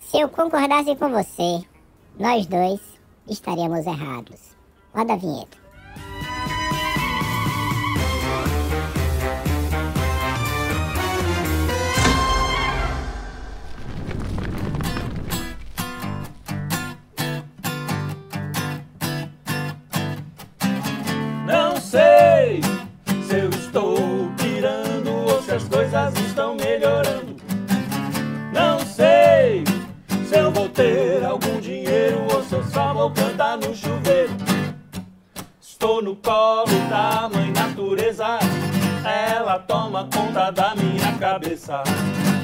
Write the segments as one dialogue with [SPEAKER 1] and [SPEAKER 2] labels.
[SPEAKER 1] Se eu concordasse com você, nós dois estaríamos errados. Roda a vinheta.
[SPEAKER 2] Não sei se eu estou pirando ou se as coisas estão melhorando. Não sei se eu vou ter algum dinheiro ou se eu só vou cantar no chuveiro. Estou no colo da mãe natureza, ela toma conta da minha cabeça.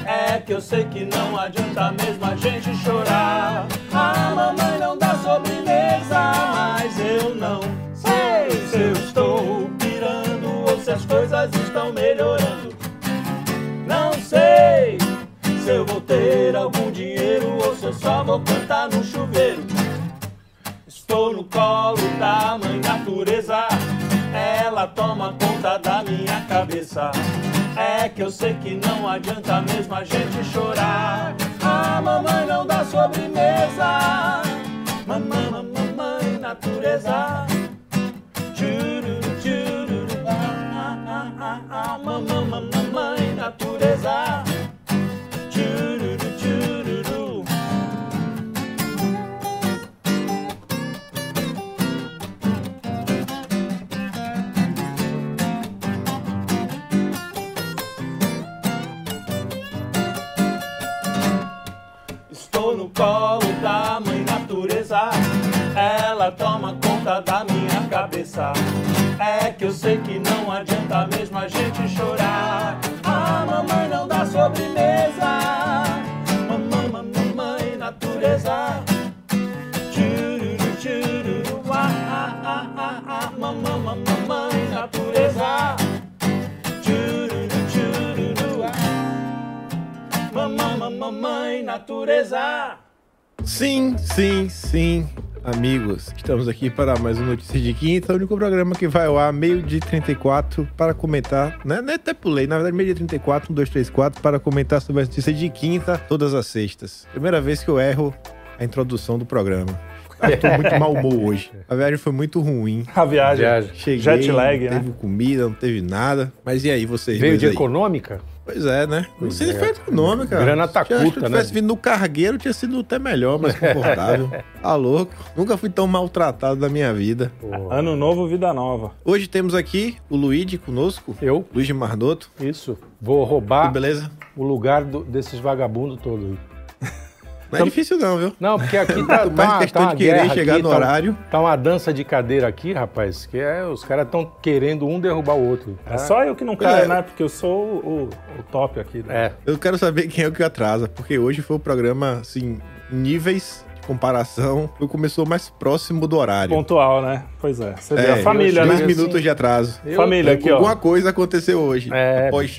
[SPEAKER 2] É que eu sei que não adianta mesmo a gente chorar. A mamãe não dá sobremesa, mas eu não sei se eu estou pirando ou se as coisas estão melhorando. Não sei se eu vou ter algum dinheiro ou se eu só vou cantar no chuveiro. Estou no colo da mãe natureza, ela toma conta da minha cabeça. É que eu sei que não adianta mesmo a gente chorar. A mamãe não dá sobremesa. Mamãe, mamãe, natureza. Tchururu, tchururu, ah, ah, ah, ah, ah. Mamãe, mamãe, natureza. Tchururu, tchururu. Estou no colo da mãe natureza, ela toma conta da minha cabeça. É que eu sei que não adianta mesmo a gente chorar. A mamãe não dá sobremesa. Mamãe, mamãe, natureza. Tchururu, tchururu, ah, ah, ah, ah, ah. Mamãe, mamãe, natureza. Tchururu, tchururu, ah. Mamãe, mamãe, natureza.
[SPEAKER 3] Sim, sim, sim, amigos. Estamos aqui para mais um Notícia de Quinta, o único programa que vai ao ar meio-dia e 34 para comentar, né? né, Até pulei, na verdade, meio-dia e um, 34, 1, 2, 3, 4, para comentar sobre as notícias de quinta todas as sextas. Primeira vez que eu erro a introdução do programa. Eu tô muito mau humor hoje. A viagem foi muito ruim.
[SPEAKER 4] A viagem.
[SPEAKER 5] Viagem.
[SPEAKER 3] Cheguei,
[SPEAKER 4] Jet lag,
[SPEAKER 3] não
[SPEAKER 4] né?
[SPEAKER 3] teve comida, não teve nada. Mas e aí, vocês
[SPEAKER 5] Veio
[SPEAKER 3] dois
[SPEAKER 5] de
[SPEAKER 3] aí?
[SPEAKER 5] econômica?
[SPEAKER 3] Pois é, né? Não sei se foi econômica.
[SPEAKER 5] Grana tá
[SPEAKER 3] Se eu
[SPEAKER 5] curta, né,
[SPEAKER 3] tivesse vindo no cargueiro, tinha sido até melhor, mais confortável. tá louco. Nunca fui tão maltratado da minha vida.
[SPEAKER 4] um Ano novo, vida nova.
[SPEAKER 3] Hoje temos aqui o Luigi conosco.
[SPEAKER 5] Eu,
[SPEAKER 3] Luigi Marnoto.
[SPEAKER 5] isso, vou
[SPEAKER 3] Tudo
[SPEAKER 5] roubar
[SPEAKER 3] beleza?
[SPEAKER 5] o lugar do- desses vagabundos todos. aí.
[SPEAKER 3] Não é difícil não, viu?
[SPEAKER 5] Não, porque aqui tá,
[SPEAKER 3] Muito mais
[SPEAKER 5] tá,
[SPEAKER 3] questão
[SPEAKER 5] tá uma
[SPEAKER 3] de querer
[SPEAKER 5] guerra
[SPEAKER 3] chegar
[SPEAKER 5] aqui,
[SPEAKER 3] no
[SPEAKER 5] tá-
[SPEAKER 3] horário.
[SPEAKER 5] Tá uma dança de cadeira aqui, rapaz, que é os caras estão querendo um derrubar o outro.
[SPEAKER 4] É só eu que não caio,
[SPEAKER 3] é.
[SPEAKER 4] né? Porque eu sou o, o- o top aqui. Né?
[SPEAKER 5] É.
[SPEAKER 3] Eu quero saber quem é o que atrasa, porque hoje foi o programa, assim, níveis de comparação. Eu começou mais próximo do horário.
[SPEAKER 4] Pontual, né? Pois é. Você vê a
[SPEAKER 3] É,
[SPEAKER 4] família,
[SPEAKER 3] dois
[SPEAKER 4] né?
[SPEAKER 3] minutos de atraso.
[SPEAKER 5] Eu-
[SPEAKER 4] Família aqui,
[SPEAKER 3] Alguma
[SPEAKER 4] ó.
[SPEAKER 3] coisa aconteceu hoje.
[SPEAKER 5] É,
[SPEAKER 3] Após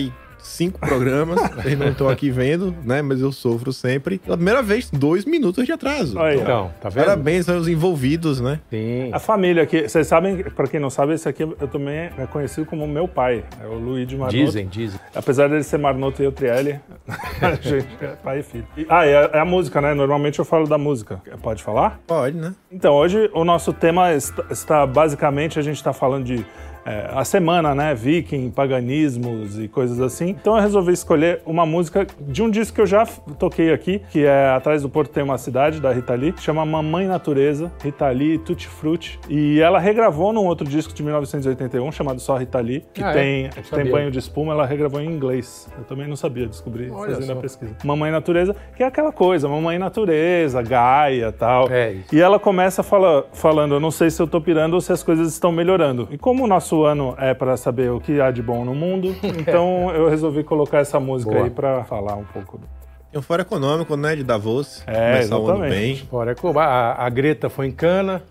[SPEAKER 3] 35 programas, vocês não estão aqui vendo, né? Mas eu sofro sempre. Pela primeira vez, dois minutos de atraso.
[SPEAKER 4] Aí, ó.
[SPEAKER 5] Então, tá vendo?
[SPEAKER 3] Parabéns aos envolvidos, né?
[SPEAKER 5] Sim.
[SPEAKER 4] A família aqui, vocês sabem, pra quem não sabe, esse aqui eu também é conhecido como meu pai, é o Luigi Marnoto.
[SPEAKER 5] Dizem, dizem.
[SPEAKER 4] Apesar dele ser Marnoto e eu Trielli, a gente é pai e filho. E- Ah, é, é a música, né? Normalmente eu falo da música. Pode falar?
[SPEAKER 3] Pode, né?
[SPEAKER 4] Então, hoje o nosso tema está, está- basicamente, a gente está falando de é, a semana, né? Viking, paganismos e coisas assim. Então eu resolvi escolher uma música de um disco que eu já f- toquei aqui, que é Atrás do Porto Tem Uma Cidade, da Rita Lee, que chama Mamãe Natureza, Rita Lee, Tutti Frutti. E ela regravou num outro disco de 1981, chamado só Rita Lee, que
[SPEAKER 5] Ah, é?
[SPEAKER 4] tem,
[SPEAKER 5] Eu
[SPEAKER 4] que tem
[SPEAKER 5] sabia.
[SPEAKER 4] banho de espuma, ela regravou em inglês. Eu também não sabia, descobri
[SPEAKER 5] Olha
[SPEAKER 4] fazendo a
[SPEAKER 5] só.
[SPEAKER 4] pesquisa. Mamãe Natureza, que é aquela coisa, Mamãe Natureza, Gaia tal.
[SPEAKER 5] É isso.
[SPEAKER 4] E ela começa fala- falando: Eu não sei se eu tô pirando ou se as coisas estão melhorando. E como o nosso ano é pra saber o que há de bom no mundo, então eu resolvi colocar essa música
[SPEAKER 5] Boa.
[SPEAKER 4] aí pra falar um pouco. do-
[SPEAKER 3] Tem um fora econômico, né? De Davos.
[SPEAKER 4] É,
[SPEAKER 3] Começar o ano
[SPEAKER 4] exatamente.
[SPEAKER 3] bem.
[SPEAKER 5] Ora, é como a, a Greta foi em cana,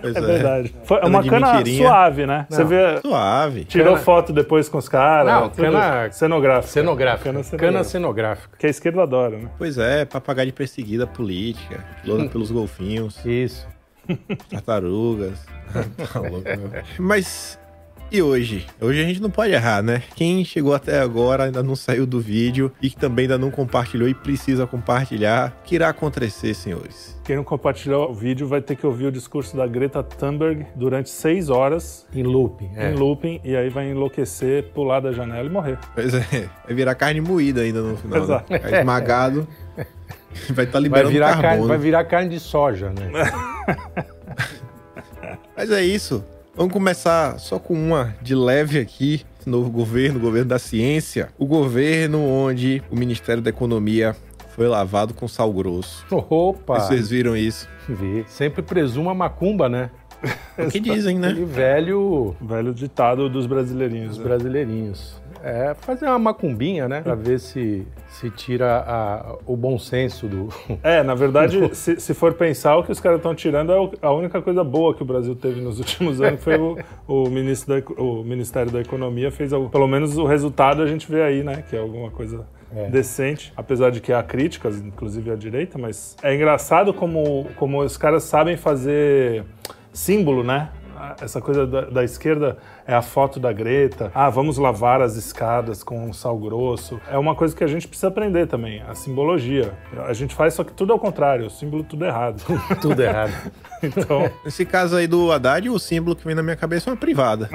[SPEAKER 3] Pois
[SPEAKER 4] É verdade. Foi
[SPEAKER 3] Cana
[SPEAKER 4] uma
[SPEAKER 3] de
[SPEAKER 4] cana
[SPEAKER 3] mentirinha.
[SPEAKER 4] suave, né? Você vê.
[SPEAKER 3] Suave.
[SPEAKER 4] Tirou
[SPEAKER 5] Cana-
[SPEAKER 4] foto depois com os caras.
[SPEAKER 5] Não,
[SPEAKER 4] tudo
[SPEAKER 5] cana-
[SPEAKER 4] Cenográfica.
[SPEAKER 5] cenográfica.
[SPEAKER 4] Cana
[SPEAKER 5] Cana
[SPEAKER 4] cenográfica.
[SPEAKER 5] cenográfica.
[SPEAKER 4] Que a esquerda adora, né?
[SPEAKER 3] Pois é, papagaio de perseguida política, loura pelos golfinhos,
[SPEAKER 5] Isso. né?
[SPEAKER 3] tartarugas. tá louco, meu. Mas E hoje? Hoje a gente não pode errar, né? Quem chegou até agora ainda não saiu do vídeo e que também ainda não compartilhou e precisa compartilhar, o que irá acontecer, senhores?
[SPEAKER 2] Quem não compartilhar o vídeo vai ter que ouvir o discurso da Greta Thunberg durante seis horas
[SPEAKER 5] Em looping. É.
[SPEAKER 2] em looping e aí vai enlouquecer, pular da janela e morrer.
[SPEAKER 3] Pois é, vai virar carne moída ainda no final. Né?
[SPEAKER 2] Exato.
[SPEAKER 3] Vai Esmagado. Vai estar
[SPEAKER 5] Vai
[SPEAKER 3] liberando
[SPEAKER 5] virar, carne,
[SPEAKER 3] carbono.
[SPEAKER 5] vai virar carne de soja, né?
[SPEAKER 3] Mas é isso. Vamos começar só com uma de leve aqui. Esse novo governo, o governo da ciência. O governo onde o Ministério da Economia foi lavado com sal grosso.
[SPEAKER 5] Opa!
[SPEAKER 3] Vocês viram isso?
[SPEAKER 5] Vê. Sempre presuma macumba, né?
[SPEAKER 3] É o que dizem, né?
[SPEAKER 5] Aquele velho
[SPEAKER 2] Velho ditado dos brasileirinhos.
[SPEAKER 5] dos
[SPEAKER 2] né?
[SPEAKER 5] brasileirinhos. É, fazer uma macumbinha, né? Pra ver se, se tira a- o bom senso do.
[SPEAKER 2] É, na verdade, se, se for pensar, o que os caras estão tirando é o- a única coisa boa que o Brasil teve nos últimos anos foi o, o, ministro da Eco- o Ministério da Economia fez algo- pelo menos o resultado a gente vê aí, né? Que é alguma coisa decente, apesar de que há críticas, inclusive à direita, mas é engraçado como, como os caras sabem fazer símbolo, né? Essa coisa da, da esquerda é a foto da Greta. Ah, vamos lavar as escadas com um sal grosso. É uma coisa que a gente precisa aprender também, a simbologia. A gente faz só que tudo ao contrário, o símbolo tudo errado.
[SPEAKER 5] Tudo errado.
[SPEAKER 2] Então,
[SPEAKER 3] Nesse caso aí do Haddad, o símbolo que vem na minha cabeça é uma privada.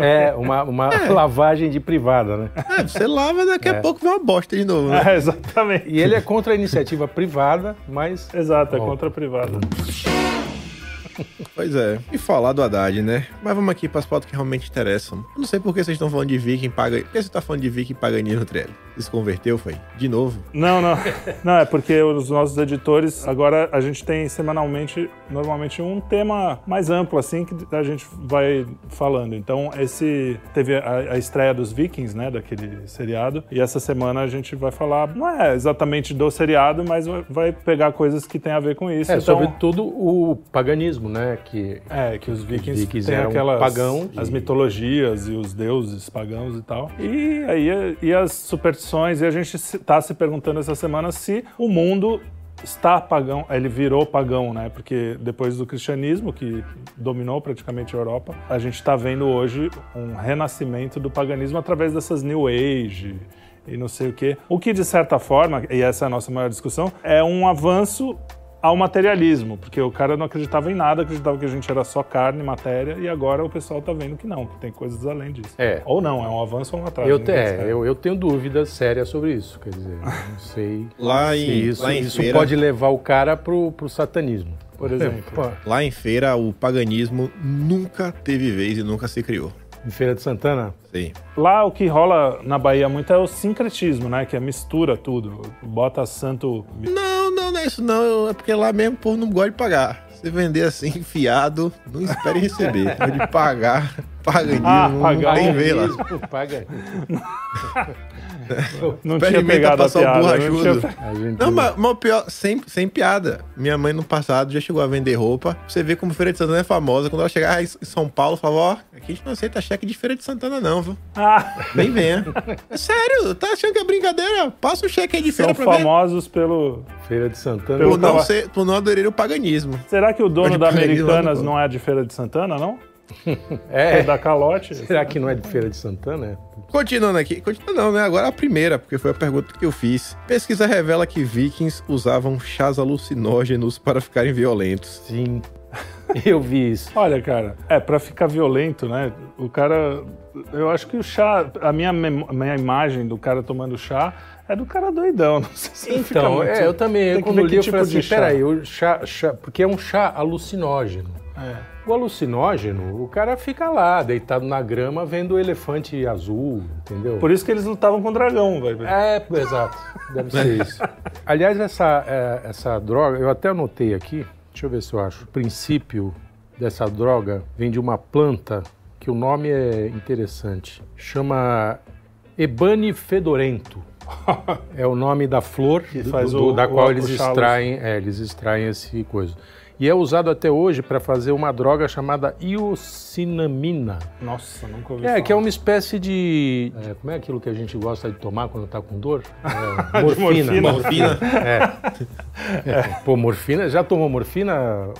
[SPEAKER 5] É, uma, uma lavagem de privada, né?
[SPEAKER 3] É, você lava, daqui a pouco vem uma bosta de novo. Né?
[SPEAKER 2] é, exatamente.
[SPEAKER 5] E ele é contra a iniciativa privada, mas
[SPEAKER 2] Exato, é contra a privada.
[SPEAKER 3] Pois é. E falar do Haddad, né? Mas vamos aqui para as pautas que realmente interessam. Eu não sei por que vocês estão falando de Viking paga. Por que você tá falando de Viking paganismo, Trello? Você se converteu, foi? De novo?
[SPEAKER 2] Não, não. Não, é porque os nossos editores, agora a gente tem semanalmente, normalmente, um tema mais amplo, assim, que a gente vai falando. Então, esse. Teve a, a estreia dos Vikings, né? Daquele seriado. E essa semana a gente vai falar, não é exatamente do seriado, mas vai- vai pegar coisas que tem a ver com isso.
[SPEAKER 5] é
[SPEAKER 2] então,
[SPEAKER 5] sobretudo o paganismo, né? Que
[SPEAKER 2] É, que os vikings,
[SPEAKER 5] vikings
[SPEAKER 2] têm
[SPEAKER 5] eram
[SPEAKER 2] aquelas
[SPEAKER 5] pagãos
[SPEAKER 2] as
[SPEAKER 5] e-
[SPEAKER 2] mitologias e os deuses pagãos e tal. E aí e as superstições e a gente está se perguntando essa semana se o mundo está pagão, é, ele virou pagão, né? Porque depois do cristianismo que dominou praticamente a Europa, a gente está vendo hoje um renascimento do paganismo através dessas New Age e não sei o quê. O que, de certa forma, e essa é a nossa maior discussão, é um avanço ao materialismo, porque o cara não acreditava em nada, acreditava que a gente era só carne, matéria, e agora o pessoal tá vendo que não, que tem coisas além disso.
[SPEAKER 5] É.
[SPEAKER 2] Ou não, é um avanço ou um atraso.
[SPEAKER 5] eu,
[SPEAKER 2] ninguém
[SPEAKER 5] te- é,
[SPEAKER 2] sabe.
[SPEAKER 5] eu, eu tenho dúvidas sérias sobre isso. Quer dizer, eu não sei
[SPEAKER 3] Lá
[SPEAKER 5] se
[SPEAKER 3] em,
[SPEAKER 5] isso,
[SPEAKER 3] lá em
[SPEAKER 5] isso
[SPEAKER 3] feira,
[SPEAKER 5] pode levar o cara pro, pro satanismo, por exemplo.
[SPEAKER 3] lá em feira, o paganismo nunca teve vez e nunca se criou.
[SPEAKER 5] Em Feira de Santana,
[SPEAKER 3] Sim.
[SPEAKER 2] Lá o que rola na Bahia muito é o sincretismo, né? Que é mistura tudo. Bota santo.
[SPEAKER 3] Não, não, não é isso não. É porque lá mesmo o povo não gosta de pagar. Se vender assim, fiado, não espere receber. É de pagar, paganismo,
[SPEAKER 2] Ah,
[SPEAKER 3] não
[SPEAKER 2] pagar
[SPEAKER 3] tem ver lá.
[SPEAKER 5] paganismo, paganismo.
[SPEAKER 2] Não tinha
[SPEAKER 3] Experimenta
[SPEAKER 2] pegado a
[SPEAKER 3] passar o burro
[SPEAKER 2] piada. não tinha
[SPEAKER 3] ajudo.
[SPEAKER 2] pe-
[SPEAKER 5] A gente-
[SPEAKER 3] Não, mas, mas o pior, sem, sem piada. Minha mãe no passado já chegou a vender roupa. Você vê como Feira de Santana é famosa. Quando ela chegar em São Paulo, falava, ó, aqui a gente não aceita cheque de Feira de Santana não, viu?
[SPEAKER 2] Ah,
[SPEAKER 3] Nem venha. É Sério, tá achando que é brincadeira? Passa o cheque aí de
[SPEAKER 2] são
[SPEAKER 3] feira pra ver.
[SPEAKER 2] famosos pelo.
[SPEAKER 5] Feira de Santana.
[SPEAKER 2] Pelo
[SPEAKER 3] Por não,
[SPEAKER 2] Tava-
[SPEAKER 3] ser, por não aderir o paganismo.
[SPEAKER 2] Será que o dono
[SPEAKER 3] Pode
[SPEAKER 2] da
[SPEAKER 3] pegar ele lá no
[SPEAKER 2] Americanas
[SPEAKER 3] banco.
[SPEAKER 2] não é de Feira de Santana, não? É
[SPEAKER 5] É.
[SPEAKER 2] da calote?
[SPEAKER 5] Será que não é de Feira de Santana?
[SPEAKER 3] Continuando aqui, continuando não, né? Agora a primeira, porque foi a pergunta que eu fiz. Pesquisa revela que vikings usavam chás alucinógenos para ficarem violentos.
[SPEAKER 5] Sim. Eu vi isso.
[SPEAKER 2] Olha, cara, é pra ficar violento, né? O cara, eu acho que o chá, a minha mem- minha imagem do cara tomando chá é do cara doidão, não sei se ele fica
[SPEAKER 5] Então,
[SPEAKER 2] muito-
[SPEAKER 5] é, eu também.
[SPEAKER 2] Tem
[SPEAKER 5] Eu
[SPEAKER 2] que
[SPEAKER 5] quando
[SPEAKER 2] ver
[SPEAKER 5] li,
[SPEAKER 2] que
[SPEAKER 5] eu
[SPEAKER 2] tipo
[SPEAKER 5] falei
[SPEAKER 2] de
[SPEAKER 5] assim,
[SPEAKER 2] chá.
[SPEAKER 5] peraí, o chá, chá- porque é um chá alucinógeno.
[SPEAKER 2] É.
[SPEAKER 5] O alucinógeno, o cara fica lá, deitado na grama, vendo o elefante azul, entendeu?
[SPEAKER 2] Por isso que eles lutavam com o dragão, vai ver.
[SPEAKER 5] É, exato. Deve ser
[SPEAKER 2] Né?
[SPEAKER 5] isso. Aliás, essa, é, essa droga, eu até anotei aqui, deixa eu ver se eu acho. O princípio dessa droga vem de uma planta que o nome é interessante. Chama Ebane fedorento. É o nome da flor do-
[SPEAKER 2] faz
[SPEAKER 5] do-
[SPEAKER 2] o-
[SPEAKER 5] da
[SPEAKER 2] o-
[SPEAKER 5] qual
[SPEAKER 2] o
[SPEAKER 5] eles
[SPEAKER 2] chalos.
[SPEAKER 5] extraem, é, eles extraem esse coisa. E é usado até hoje para fazer uma droga chamada iocinamina.
[SPEAKER 4] Nossa, nunca ouvi
[SPEAKER 5] É,
[SPEAKER 4] falar.
[SPEAKER 5] que é uma espécie de. é, como é aquilo que a gente gosta de tomar quando tá com dor? É,
[SPEAKER 4] De morfina.
[SPEAKER 3] Morfina.
[SPEAKER 5] Pô, morfina? Já tomou morfina?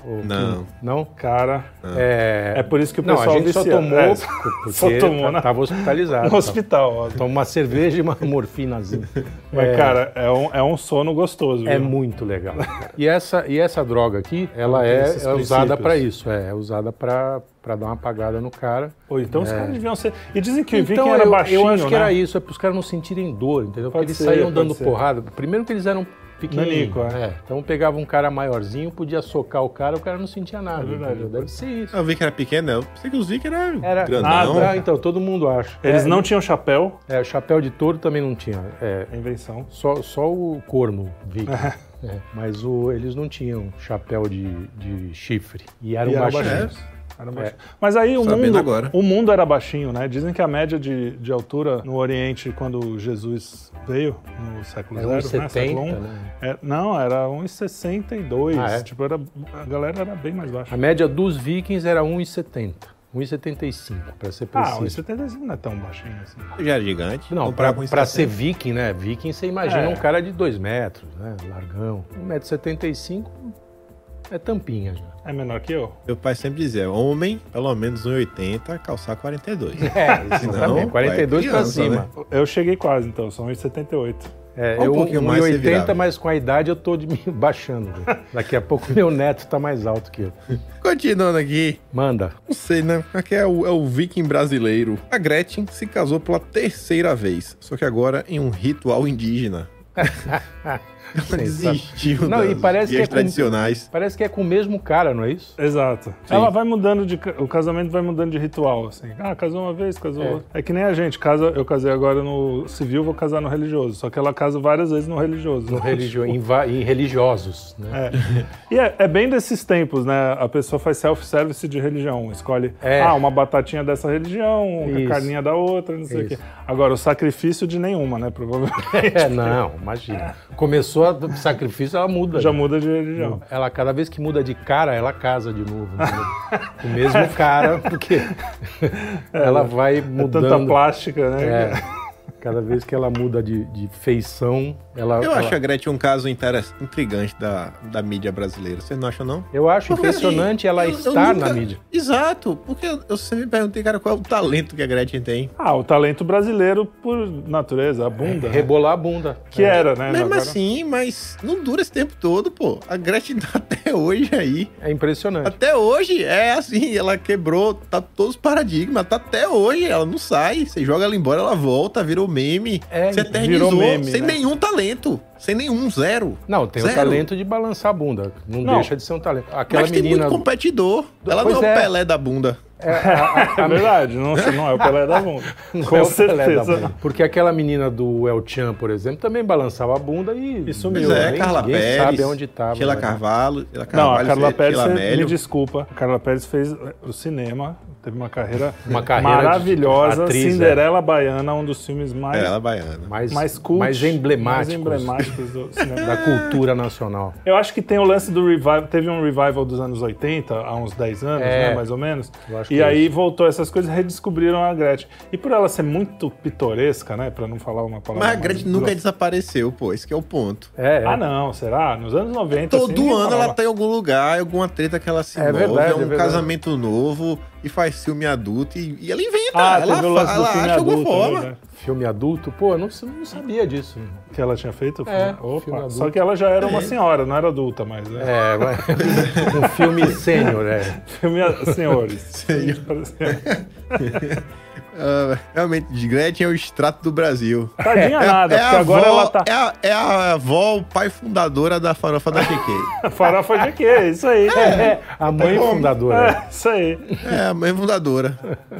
[SPEAKER 5] ô,
[SPEAKER 3] Não.
[SPEAKER 5] Kim? Não?
[SPEAKER 4] Cara,
[SPEAKER 5] É,
[SPEAKER 4] é por isso que o
[SPEAKER 5] Não,
[SPEAKER 4] pessoal
[SPEAKER 5] a gente só
[SPEAKER 4] vicia.
[SPEAKER 5] tomou
[SPEAKER 4] É,
[SPEAKER 5] porque tá-
[SPEAKER 4] só tomou né? na-
[SPEAKER 5] tava hospitalizado.
[SPEAKER 4] no hospital. ó.
[SPEAKER 5] Toma uma cerveja e uma morfinazinha.
[SPEAKER 4] Mas, cara, é um, é um sono gostoso.
[SPEAKER 5] É
[SPEAKER 4] viu?
[SPEAKER 5] muito legal. E essa, e essa droga aqui, ela é,
[SPEAKER 3] esses
[SPEAKER 5] é usada
[SPEAKER 3] princípios.
[SPEAKER 5] pra isso, é, é usada pra pra dar uma apagada no cara.
[SPEAKER 4] Pô, então os caras deviam ser. E dizem que o
[SPEAKER 5] é. então
[SPEAKER 4] Viking era
[SPEAKER 5] eu,
[SPEAKER 4] baixinho,
[SPEAKER 5] eu acho que
[SPEAKER 4] né?
[SPEAKER 5] era isso, é para os caras não sentirem dor, entendeu? Porque
[SPEAKER 4] Pode
[SPEAKER 5] eles
[SPEAKER 4] ser,
[SPEAKER 5] saíam
[SPEAKER 4] pode
[SPEAKER 5] dando
[SPEAKER 4] ser.
[SPEAKER 5] porrada. Primeiro que eles eram pequenininhos,
[SPEAKER 4] Nanico, é.
[SPEAKER 5] é. então pegava um cara maiorzinho, podia socar o cara, o cara não sentia nada.
[SPEAKER 4] É
[SPEAKER 5] entendeu? Deve ser isso.
[SPEAKER 3] Eu vi que era pequeno, eu pensei que os Vic era,
[SPEAKER 5] Era
[SPEAKER 3] grandão.
[SPEAKER 5] Ah, tá, então todo mundo acha.
[SPEAKER 4] Eles
[SPEAKER 5] É,
[SPEAKER 4] não tinham chapéu,
[SPEAKER 5] é, chapéu de touro também não tinha. É,
[SPEAKER 4] a invenção.
[SPEAKER 5] Só, só o corno viking. É, mas o- eles não tinham chapéu de, de chifre. E um eram
[SPEAKER 4] E eram
[SPEAKER 5] baixinhos.
[SPEAKER 4] Era
[SPEAKER 5] um
[SPEAKER 4] baixinho. um É. Mas aí o
[SPEAKER 3] Sabendo
[SPEAKER 4] mundo,
[SPEAKER 3] agora.
[SPEAKER 4] o mundo era baixinho, né? Dizem que a média de, de altura no Oriente, quando Jesus veio, no século
[SPEAKER 5] Era
[SPEAKER 4] zero,
[SPEAKER 5] 1,70,
[SPEAKER 4] né? Século I,
[SPEAKER 5] né?
[SPEAKER 4] é- não, era 1,62.
[SPEAKER 5] Ah, é?
[SPEAKER 4] Tipo, era, a galera era bem mais baixa.
[SPEAKER 5] A média dos vikings era 1,70. 1,75, para ser
[SPEAKER 4] Ah,
[SPEAKER 5] preciso.
[SPEAKER 4] 1,75 não é tão baixinho assim.
[SPEAKER 3] Já era gigante.
[SPEAKER 5] não,
[SPEAKER 3] Comparar
[SPEAKER 5] pra,
[SPEAKER 3] com isso
[SPEAKER 5] pra
[SPEAKER 3] é
[SPEAKER 5] ser viking, né? Viking, você imagina
[SPEAKER 4] É.
[SPEAKER 5] um cara de 2 metros, né? Largão. 1,75m é tampinha já.
[SPEAKER 4] É menor que eu?
[SPEAKER 3] Meu pai sempre dizia, homem, pelo menos 1,80, calçar 42.
[SPEAKER 5] É,
[SPEAKER 3] Senão,
[SPEAKER 5] exatamente. 42
[SPEAKER 3] é
[SPEAKER 5] pra
[SPEAKER 3] criança,
[SPEAKER 5] cima.
[SPEAKER 3] né?
[SPEAKER 4] Eu cheguei quase, então, são 1,78.
[SPEAKER 5] É,
[SPEAKER 3] Um
[SPEAKER 5] eu
[SPEAKER 3] pouquinho mais você
[SPEAKER 5] 1,80,
[SPEAKER 3] virava.
[SPEAKER 5] mas com a idade eu tô de- me baixando. Daqui a pouco meu neto tá mais alto que eu.
[SPEAKER 3] Continuando aqui,
[SPEAKER 5] Manda.
[SPEAKER 3] não sei, né? Aqui é o, é o viking brasileiro. A Gretchen se casou pela terceira vez, só que agora em um ritual indígena. Ela desistiu
[SPEAKER 5] Não,
[SPEAKER 3] das
[SPEAKER 5] e parece que
[SPEAKER 3] vias
[SPEAKER 5] é com-
[SPEAKER 3] tradicionais.
[SPEAKER 5] Parece que é com o mesmo cara, não é isso?
[SPEAKER 4] Exato. Ela vai mudando de. ca- O casamento vai mudando de ritual, assim. Ah, casou uma vez, casou
[SPEAKER 5] É.
[SPEAKER 4] outra. É que nem a gente, casa, eu casei agora no civil, vou casar no religioso. Só que ela casa várias vezes no religioso.
[SPEAKER 5] No religio... em, va- em religiosos, né?
[SPEAKER 4] E é, é bem desses tempos, né? A pessoa faz self-service de religião. Escolhe,
[SPEAKER 5] É.
[SPEAKER 4] ah, uma batatinha dessa religião, uma
[SPEAKER 5] Isso.
[SPEAKER 4] carninha da outra, não sei o quê.
[SPEAKER 5] Isso.
[SPEAKER 4] Agora, o sacrifício de nenhuma, né? Provavelmente.
[SPEAKER 5] É, não, imagina. Começou a- o sacrifício, ela muda. né?
[SPEAKER 4] Já muda de religião.
[SPEAKER 5] Então, Ela, cada vez que muda de cara, ela casa de novo. né? O mesmo cara, porque ela vai mudando.
[SPEAKER 4] É, Tanta plástica, né?
[SPEAKER 5] É. Cada vez que ela muda de, de feição, ela.
[SPEAKER 3] Eu
[SPEAKER 5] ela-
[SPEAKER 3] acho a Gretchen um caso interess- intrigante da, da mídia brasileira. Você não acha, não?
[SPEAKER 5] eu acho
[SPEAKER 3] Porque,
[SPEAKER 5] impressionante
[SPEAKER 3] assim,
[SPEAKER 5] ela
[SPEAKER 3] eu- eu
[SPEAKER 5] estar
[SPEAKER 3] nunca-
[SPEAKER 5] na mídia.
[SPEAKER 3] Exato, porque eu, eu sempre me perguntei, cara, qual é o talento que a Gretchen tem.
[SPEAKER 4] Ah, o talento brasileiro por natureza, a bunda. né?
[SPEAKER 5] Rebolar a bunda.
[SPEAKER 4] Que era,
[SPEAKER 5] É,
[SPEAKER 4] né?
[SPEAKER 3] Mesmo
[SPEAKER 4] Agora-
[SPEAKER 3] assim, mas não dura esse tempo todo, pô. A Gretchen tá até hoje aí.
[SPEAKER 5] É impressionante.
[SPEAKER 3] Até hoje é assim, ela quebrou, tá todos os paradigmas, tá até hoje, ela não sai. Você joga ela embora, ela volta, virou meme.
[SPEAKER 5] É,
[SPEAKER 3] Você
[SPEAKER 4] virou
[SPEAKER 3] eternizou
[SPEAKER 4] meme,
[SPEAKER 3] sem
[SPEAKER 4] né?
[SPEAKER 3] nenhum talento. Sem nenhum, zero.
[SPEAKER 5] Não, tem o
[SPEAKER 3] Zero.
[SPEAKER 5] talento de balançar a bunda. Não,
[SPEAKER 4] Não.
[SPEAKER 5] deixa de ser um talento. Aquela
[SPEAKER 3] mas tem
[SPEAKER 5] menina.
[SPEAKER 3] muito competidor. Ela
[SPEAKER 5] Pois
[SPEAKER 3] não é o
[SPEAKER 5] é.
[SPEAKER 3] Pelé da bunda.
[SPEAKER 4] É verdade, não, não é o Pelé da bunda.
[SPEAKER 5] Não
[SPEAKER 4] Com
[SPEAKER 5] é o Pelé da
[SPEAKER 4] certeza. né?
[SPEAKER 5] bunda. Porque aquela menina do El Chan, por exemplo, também balançava a bunda e,
[SPEAKER 4] E sumiu.
[SPEAKER 3] Pois
[SPEAKER 4] Meu,
[SPEAKER 3] é,
[SPEAKER 5] Nem-
[SPEAKER 3] Carla
[SPEAKER 5] ninguém
[SPEAKER 3] Pérez.
[SPEAKER 5] sabe onde né? estava.
[SPEAKER 3] Sheila Carvalho. Sheila
[SPEAKER 4] né? Não, a
[SPEAKER 3] Carvalho,
[SPEAKER 4] Carla Pérez,
[SPEAKER 3] Sheila
[SPEAKER 4] você- me
[SPEAKER 3] Mello.
[SPEAKER 4] desculpa, a Carla Pérez fez eh, o cinema, teve uma carreira,
[SPEAKER 5] Uma carreira de
[SPEAKER 4] maravilhosa,
[SPEAKER 5] atriz, é.
[SPEAKER 4] Cinderela Baiana, um dos filmes mais,
[SPEAKER 3] É, ela é baiana.
[SPEAKER 5] mais,
[SPEAKER 4] mais cultos,
[SPEAKER 5] mais emblemáticos
[SPEAKER 4] mais emblemáticos do cinema.
[SPEAKER 5] da cultura nacional.
[SPEAKER 4] Eu acho que tem o lance do revival, teve um revival dos anos 80, há uns 10 anos,
[SPEAKER 5] É.
[SPEAKER 4] né, mais ou menos,
[SPEAKER 5] Eu acho
[SPEAKER 4] e
[SPEAKER 5] que é
[SPEAKER 4] aí voltou essas coisas e redescobriram a Gretchen. E por ela ser muito pitoresca, né, pra não falar uma palavra...
[SPEAKER 3] Mas a
[SPEAKER 4] mais
[SPEAKER 3] Gretchen nunca
[SPEAKER 4] grossa.
[SPEAKER 3] desapareceu, pô. Esse que é o ponto.
[SPEAKER 5] É, é.
[SPEAKER 4] Ah não, será? Nos anos 90...
[SPEAKER 3] Todo
[SPEAKER 4] assim,
[SPEAKER 3] ano
[SPEAKER 4] falava-
[SPEAKER 3] ela tá em algum lugar, alguma treta que ela se
[SPEAKER 5] É
[SPEAKER 3] envolve,
[SPEAKER 5] verdade,
[SPEAKER 3] é um
[SPEAKER 5] é verdade.
[SPEAKER 3] casamento novo e faz filme adulto e, e ela inventa,
[SPEAKER 4] Ah,
[SPEAKER 3] ela,
[SPEAKER 4] teve o
[SPEAKER 3] fa-
[SPEAKER 4] lance do
[SPEAKER 3] ela
[SPEAKER 4] filme
[SPEAKER 3] acha alguma
[SPEAKER 4] adulto, é
[SPEAKER 3] forma.
[SPEAKER 4] verdade.
[SPEAKER 5] Filme adulto, pô, eu não, não sabia disso.
[SPEAKER 4] Que ela tinha feito? o
[SPEAKER 5] É,
[SPEAKER 4] filme? Opa,
[SPEAKER 5] filme adulto.
[SPEAKER 4] só que ela já era
[SPEAKER 3] É.
[SPEAKER 4] uma senhora, não era adulta mais. Né?
[SPEAKER 5] É, mas- um filme sênior, é.
[SPEAKER 4] Filme a- senhores.
[SPEAKER 3] Senhor.
[SPEAKER 4] Parecia-
[SPEAKER 3] Ah, realmente, de Gretchen é o extrato do Brasil.
[SPEAKER 4] Tadinha nada,
[SPEAKER 3] é
[SPEAKER 4] porque
[SPEAKER 3] a
[SPEAKER 4] agora
[SPEAKER 3] avó-
[SPEAKER 4] ela tá
[SPEAKER 3] é a, é a avó, o pai fundadora da farofa da Chequei.
[SPEAKER 4] farofa de quê? Isso aí. É,
[SPEAKER 5] A mãe fundadora.
[SPEAKER 4] isso aí.
[SPEAKER 3] é, a mãe fundadora.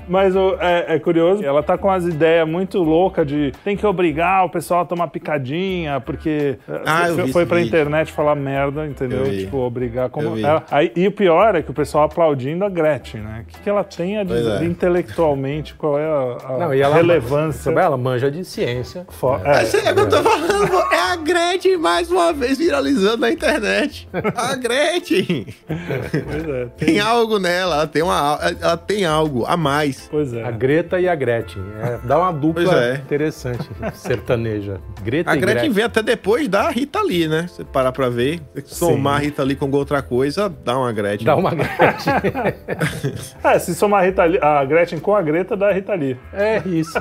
[SPEAKER 4] Mas o- é, é curioso, ela tá com as ideias muito loucas de tem que obrigar o pessoal a tomar picadinha, porque é,
[SPEAKER 3] Ah, eu
[SPEAKER 4] foi,
[SPEAKER 3] vi
[SPEAKER 4] foi
[SPEAKER 3] esse
[SPEAKER 4] pra
[SPEAKER 3] vídeo.
[SPEAKER 4] internet falar merda, entendeu?
[SPEAKER 3] Eu vi.
[SPEAKER 4] Tipo, obrigar
[SPEAKER 3] Eu
[SPEAKER 4] como.
[SPEAKER 3] vi.
[SPEAKER 4] ela- aí- e o pior é que o pessoal aplaudindo a Gretchen, né? O que, que ela tem a
[SPEAKER 3] Pois
[SPEAKER 4] dizer
[SPEAKER 3] é.
[SPEAKER 4] intelectualmente? Qual é é a, a
[SPEAKER 5] Não, e ela-
[SPEAKER 4] relevância.
[SPEAKER 5] Ela manja de ciência.
[SPEAKER 4] Fo-
[SPEAKER 3] É,
[SPEAKER 4] é,
[SPEAKER 3] isso aí é o que eu tô falando. É a Gretchen mais uma vez viralizando na internet. A Gretchen
[SPEAKER 4] pois é, tem-
[SPEAKER 3] tem algo nela, ela tem, uma, ela tem algo a mais.
[SPEAKER 4] pois é.
[SPEAKER 5] A Greta e a Gretchen. É, dá uma
[SPEAKER 3] Pois
[SPEAKER 5] dupla
[SPEAKER 3] é.
[SPEAKER 5] interessante, sertaneja. Greta
[SPEAKER 3] A
[SPEAKER 5] e
[SPEAKER 3] Gretchen
[SPEAKER 5] Gretchen.
[SPEAKER 3] vem até depois da Rita Lee, né? Se parar pra ver, somar a Rita Lee com outra coisa, dá uma Gretchen.
[SPEAKER 5] Dá uma Gretchen.
[SPEAKER 4] É, se somar a, Rita Lee- a Gretchen com a Greta, dá a Rita Lee.
[SPEAKER 5] É isso.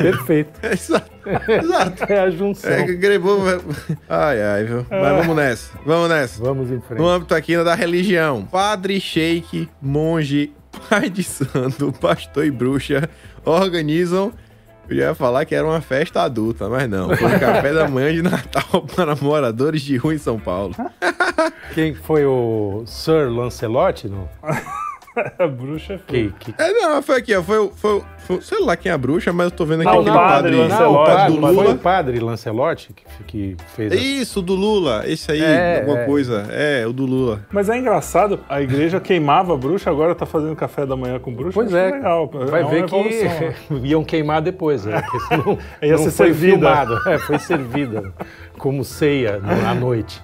[SPEAKER 5] Perfeito.
[SPEAKER 3] É, Exato. Exato.
[SPEAKER 5] É a junção.
[SPEAKER 3] É, que grebou. Ai, ai, viu? Mas vamos nessa. Vamos nessa.
[SPEAKER 5] Vamos em
[SPEAKER 3] No
[SPEAKER 5] frente.
[SPEAKER 3] âmbito aqui da religião, padre, sheik, monge, pai de santo, pastor e bruxa organizam. Eu já ia falar que era uma festa adulta, mas não. Foi um café da manhã de Natal para moradores de rua em São Paulo.
[SPEAKER 5] Quem foi o Sir Lancelot? Não?
[SPEAKER 4] A bruxa é feia.
[SPEAKER 5] Que, que...
[SPEAKER 3] É, não, foi aqui, ó. Foi, o- foi, o- foi o- sei lá quem é a bruxa, mas eu tô vendo aqui
[SPEAKER 4] Ah, o
[SPEAKER 3] aquele
[SPEAKER 4] padre
[SPEAKER 5] Não, o
[SPEAKER 4] Lancelot,
[SPEAKER 5] padre,
[SPEAKER 3] do
[SPEAKER 5] mas foi o
[SPEAKER 3] Lula.
[SPEAKER 5] padre Lancelot que, que fez a...
[SPEAKER 3] Isso, do Lula. Esse aí,
[SPEAKER 5] É,
[SPEAKER 3] alguma
[SPEAKER 5] é.
[SPEAKER 3] coisa. É, o do Lula.
[SPEAKER 4] Mas é engraçado, a igreja queimava a bruxa, agora tá fazendo café da manhã com bruxa.
[SPEAKER 5] Pois
[SPEAKER 4] acho
[SPEAKER 5] é,
[SPEAKER 4] legal.
[SPEAKER 5] vai
[SPEAKER 4] é uma
[SPEAKER 5] ver
[SPEAKER 4] evolução, né?
[SPEAKER 5] que iam queimar depois, né? Porque isso não,
[SPEAKER 4] Ia
[SPEAKER 5] não
[SPEAKER 4] ser
[SPEAKER 5] foi
[SPEAKER 4] servida.
[SPEAKER 5] filmado, é, foi servida como ceia no- à noite.